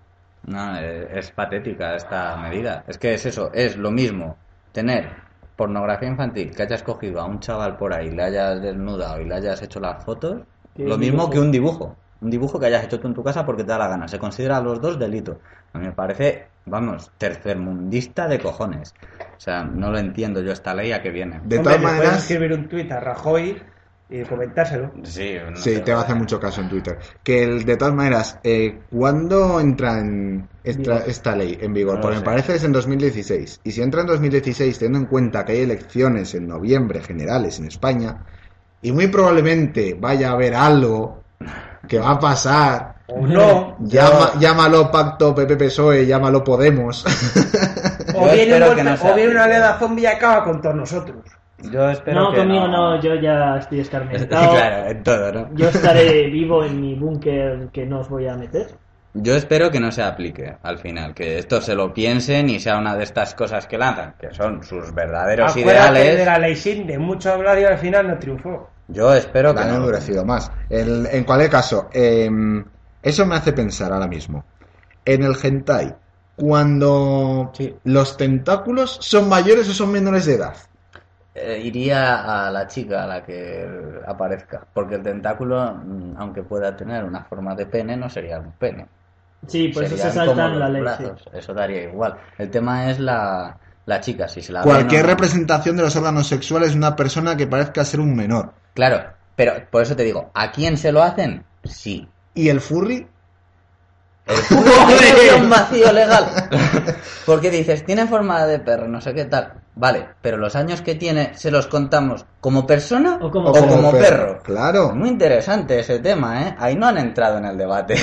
Speaker 2: No, es, es patética esta medida. Es que es eso, es lo mismo tener pornografía infantil, que hayas cogido a un chaval por ahí, le hayas desnudado y le hayas hecho las fotos,
Speaker 4: Que
Speaker 2: lo
Speaker 4: un
Speaker 2: mismo
Speaker 4: dibujo.
Speaker 2: que un dibujo. Un dibujo que hayas hecho tú en tu casa porque te da la gana. Se considera a los dos delito. A mí me parece, vamos, tercermundista de cojones. O sea, no lo entiendo yo esta ley a qué viene.
Speaker 1: De
Speaker 5: Hombre,
Speaker 1: todas
Speaker 5: le puedes
Speaker 1: maneras,
Speaker 5: escribir un tuit a Rajoy y comentárselo.
Speaker 2: Sí, no
Speaker 1: sí,
Speaker 2: sé,
Speaker 1: te va a hacer mucho caso en Twitter. Que el- de todas maneras, eh, ¿cuándo entra en esta, esta ley en vigor?
Speaker 5: Ah,
Speaker 2: No
Speaker 1: Porque
Speaker 2: lo
Speaker 1: me
Speaker 2: sé.
Speaker 1: parece que es en 2016. Y si entra en 2016, teniendo en cuenta que hay elecciones en noviembre generales en España, y muy probablemente vaya a haber algo que va a pasar.
Speaker 2: Mm.
Speaker 5: O no.
Speaker 1: Llama- Llámalo Pacto PP-PSOE, E, llámalo Podemos.
Speaker 5: O
Speaker 2: Yo
Speaker 5: viene, un
Speaker 2: espero
Speaker 5: golpe-
Speaker 2: que no sea
Speaker 5: o viene una
Speaker 2: así. ¿eh?
Speaker 5: oleada zombie y acaba con todos nosotros.
Speaker 2: Yo espero
Speaker 6: no,
Speaker 2: que
Speaker 6: conmigo no. yo ya estoy escarmentado.
Speaker 2: Claro, en todo, ¿no?
Speaker 6: Yo estaré vivo en mi búnker que no os voy a meter.
Speaker 2: Yo espero que no se aplique al final, que esto se lo piensen y sea una de estas cosas que lanzan, que son sus verdaderos
Speaker 5: Acuérdate
Speaker 2: ideales.
Speaker 5: de la ley sin de mucho hablar y al final no triunfó.
Speaker 2: Yo espero que
Speaker 1: La han
Speaker 2: no.
Speaker 1: endurecido más. El- en cualquier caso, eh, eso me hace pensar ahora mismo. En el hentai, cuando los tentáculos son mayores o son menores de edad.
Speaker 2: Eh, iría a la chica a la que aparezca, porque el tentáculo, mm, aunque pueda tener una forma de pene, no sería un pene.
Speaker 6: Sí, por eso se
Speaker 2: Serían como los
Speaker 6: saltan la ley. sí.
Speaker 2: brazos, Eso daría igual. El tema es la, la chica, si se la ven o
Speaker 1: Cualquier
Speaker 2: no.
Speaker 1: representación de los órganos sexuales de una persona que parezca ser un menor.
Speaker 2: Claro, pero por eso te digo, ¿a quién se lo hacen? Sí.
Speaker 1: ¿Y el furry?
Speaker 2: Es un vacío legal. Porque dices, tiene forma de perro, no sé qué tal. Vale, pero los años que tiene se los contamos como persona
Speaker 6: O como
Speaker 2: o
Speaker 6: perro.
Speaker 2: como perro.
Speaker 1: Claro.
Speaker 2: Muy interesante ese tema, ¿eh? Ahí no han entrado en el debate.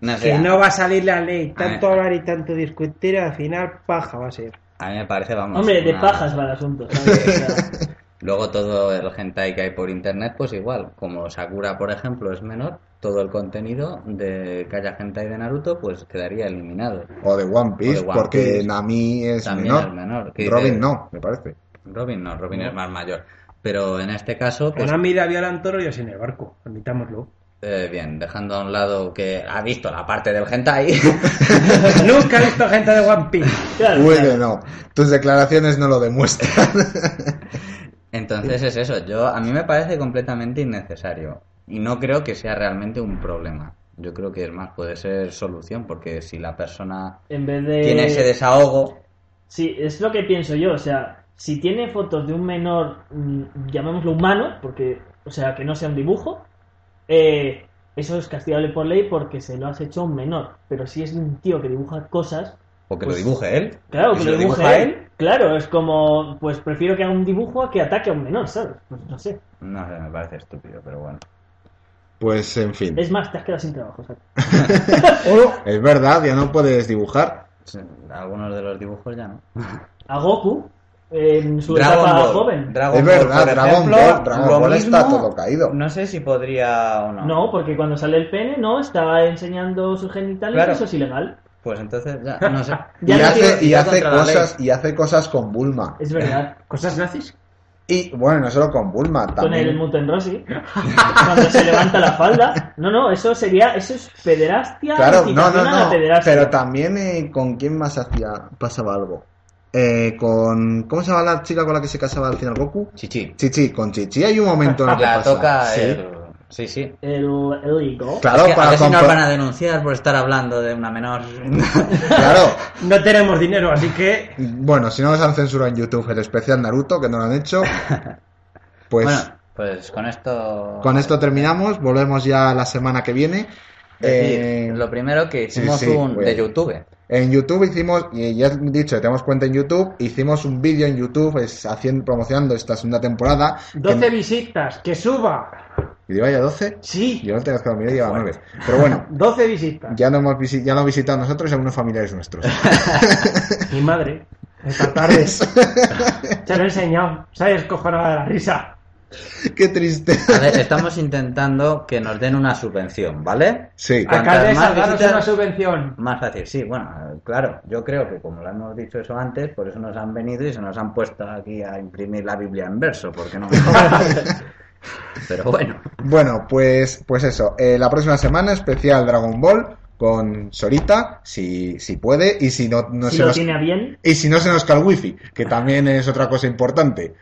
Speaker 2: no sé,
Speaker 5: Que no va a salir la ley. Tanto
Speaker 2: Ah.
Speaker 5: hablar y tanto discutir, al final paja va a ser.
Speaker 2: a mí me parece, vamos.
Speaker 6: Hombre, de
Speaker 2: una-
Speaker 6: pajas va el asunto. ¿sabes? O sea,
Speaker 2: Luego todo el hentai que hay por internet, pues igual. Como Sakura, por ejemplo, es menor, todo el contenido de que haya hentai de Naruto, pues quedaría eliminado.
Speaker 1: O de One Piece,
Speaker 2: O de One
Speaker 1: porque
Speaker 2: Piece.
Speaker 1: Nami es
Speaker 2: También
Speaker 1: menor.
Speaker 2: es menor. ¿Qué
Speaker 1: Robin
Speaker 2: dices?
Speaker 1: no, me parece.
Speaker 2: Robin no, Robin es más mayor. Pero en este caso, pues,
Speaker 5: Con Ami la violan toro y así en el barco. Admitámoslo.
Speaker 2: eh, bien, dejando a un lado que ha visto la parte del hentai,
Speaker 5: Nunca he visto gente de One Piece.
Speaker 6: claro,
Speaker 1: Uy,
Speaker 6: claro.
Speaker 1: que no. Tus declaraciones no lo demuestran.
Speaker 2: entonces es eso. Yo A mí me parece completamente innecesario. Y no creo que sea realmente un problema. Yo creo que es más, puede ser solución, porque si la persona
Speaker 6: En vez de.
Speaker 2: tiene ese desahogo,
Speaker 6: Sí, es lo que pienso yo. O sea, si tiene fotos de un menor, mm, llamémoslo humano, porque, o sea, que no sea un dibujo, eh, eso es castigable por ley porque se lo has hecho a un menor. Pero si es un tío que dibuja cosas,
Speaker 2: o que
Speaker 6: Pues-
Speaker 2: lo dibuje él.
Speaker 6: claro,
Speaker 2: ¿Y
Speaker 6: que
Speaker 2: si
Speaker 6: lo
Speaker 2: lo
Speaker 6: dibuje
Speaker 2: dibuja
Speaker 6: él,
Speaker 2: él?
Speaker 6: Claro, es como, pues prefiero que haga un dibujo a que ataque a un menor, ¿sabes? Pues no sé.
Speaker 2: No sé, me parece estúpido, pero bueno.
Speaker 1: Pues, en fin.
Speaker 6: Es más, te has quedado sin trabajo, ¿sabes?
Speaker 1: Es verdad, ya no puedes dibujar.
Speaker 2: Sí, Algunos de los dibujos ya no.
Speaker 6: A Goku, eh, en su
Speaker 2: Dragon
Speaker 6: etapa
Speaker 2: Ball.
Speaker 6: joven.
Speaker 2: Dragon
Speaker 1: Es
Speaker 2: Ball,
Speaker 1: verdad,
Speaker 2: por
Speaker 1: Dragon
Speaker 2: ejemplo,
Speaker 1: Ball- Dragon
Speaker 2: lo
Speaker 1: Ball está
Speaker 2: mismo,
Speaker 1: todo caído.
Speaker 2: No sé si podría o no.
Speaker 6: No, porque cuando sale el pene, no, está enseñando sus genitales,
Speaker 2: Claro.
Speaker 6: eso es ilegal.
Speaker 2: Pues entonces ya no sé.
Speaker 6: Ya
Speaker 1: y,
Speaker 6: no
Speaker 1: hace,
Speaker 6: tiene-
Speaker 1: y
Speaker 2: ya
Speaker 1: hace
Speaker 2: contra la
Speaker 1: cosas, y hace cosas con Bulma.
Speaker 6: Es verdad.
Speaker 5: ¿Cosas nazis?
Speaker 1: Y bueno, no solo con Bulma,
Speaker 6: Con el
Speaker 1: también.
Speaker 6: Muten Rossi, cuando se levanta la falda. No, no, eso sería, eso es pederastia.
Speaker 1: Claro, no,
Speaker 6: incitación
Speaker 1: no,
Speaker 6: a la
Speaker 1: no.
Speaker 6: pederastia.
Speaker 1: Pero también eh, con quién más hacía pasaba algo. Eh, con ¿cómo se llama la chica con la que se casaba al final Goku?
Speaker 2: Chichi.
Speaker 1: Chichi, con Chichi hay un momento en el que
Speaker 2: La
Speaker 1: Ah, pasa.
Speaker 2: toca
Speaker 1: Sí.
Speaker 2: el- Sí, sí.
Speaker 4: El, el higo.
Speaker 1: Claro,
Speaker 2: Es que
Speaker 1: para
Speaker 2: a ver si nos
Speaker 1: compro-
Speaker 2: van a denunciar por estar hablando de una menor.
Speaker 1: Claro.
Speaker 5: No tenemos dinero, así que.
Speaker 1: Bueno, si no nos han censurado en YouTube el especial Naruto, que no lo han hecho, pues
Speaker 2: Bueno, pues con esto.
Speaker 1: con esto terminamos. Volvemos ya la semana que viene.
Speaker 2: decir,
Speaker 1: Eh,
Speaker 2: lo primero que
Speaker 1: sí,
Speaker 2: hicimos
Speaker 1: sí,
Speaker 2: un
Speaker 1: voy a-
Speaker 2: de YouTube.
Speaker 1: En YouTube hicimos, y ya he dicho, que tenemos cuenta en YouTube, hicimos un vídeo en YouTube es, haciendo, promocionando esta segunda temporada.
Speaker 5: 12
Speaker 1: que-
Speaker 5: visitas, que suba.
Speaker 1: ¿Y lleva ya 12?
Speaker 5: Sí,
Speaker 1: Yo no tengo que mirar, lleva 9. Pero bueno,
Speaker 5: 12 visitas.
Speaker 1: ya lo, hemos visi- ya lo han visitado nosotros y algunos familiares nuestros.
Speaker 5: Mi madre, esta tarde, se lo he enseñado. Se ha descojonado de la risa.
Speaker 1: ¡Qué triste!
Speaker 2: A ver, estamos intentando que nos den una subvención, ¿vale?
Speaker 1: Sí.
Speaker 2: Ah, Cuantas
Speaker 5: Alcaldesa,
Speaker 2: más
Speaker 5: danos
Speaker 2: visitas-
Speaker 5: una subvención.
Speaker 2: Más fácil, sí, bueno, claro, yo creo que como lo hemos dicho eso antes, por eso nos han venido y se nos han puesto aquí a imprimir la Biblia en verso, porque no. Pero bueno,
Speaker 1: Bueno, pues, pues eso. eh, la próxima semana, especial Dragon Ball con Sorita, si, si puede, y si no, no
Speaker 6: Si
Speaker 1: se
Speaker 6: lo
Speaker 1: nos,
Speaker 6: tiene a bien,
Speaker 1: y si no se nos cae el wifi, que también es otra cosa importante.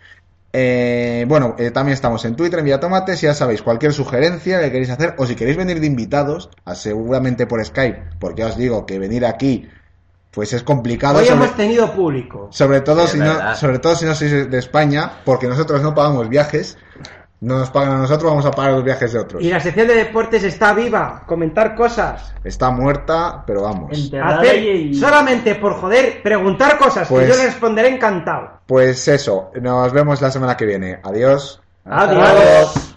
Speaker 1: Eh, bueno, eh, también estamos en Twitter, en Vía Tomate, si ya sabéis, cualquier sugerencia que queréis hacer, o si queréis venir de invitados, a- seguramente por Skype, porque ya os digo que venir aquí, pues es complicado.
Speaker 5: Hoy
Speaker 1: sobre-
Speaker 5: hemos tenido público.
Speaker 1: sobre todo,
Speaker 2: Sí,
Speaker 1: si
Speaker 2: es
Speaker 1: no,
Speaker 2: verdad.
Speaker 1: sobre todo si no sois de España, porque nosotros no pagamos viajes, no nos pagan a nosotros, vamos a pagar los viajes de otros.
Speaker 5: Y la sección de deportes está viva. Comentar cosas.
Speaker 1: Está muerta, pero vamos.
Speaker 6: enterrada
Speaker 5: Hacer
Speaker 6: y...
Speaker 5: solamente por joder, preguntar cosas
Speaker 1: Pues-
Speaker 5: que yo les responderé encantado.
Speaker 1: Pues eso, nos vemos la semana que viene. Adiós.
Speaker 5: Adiós.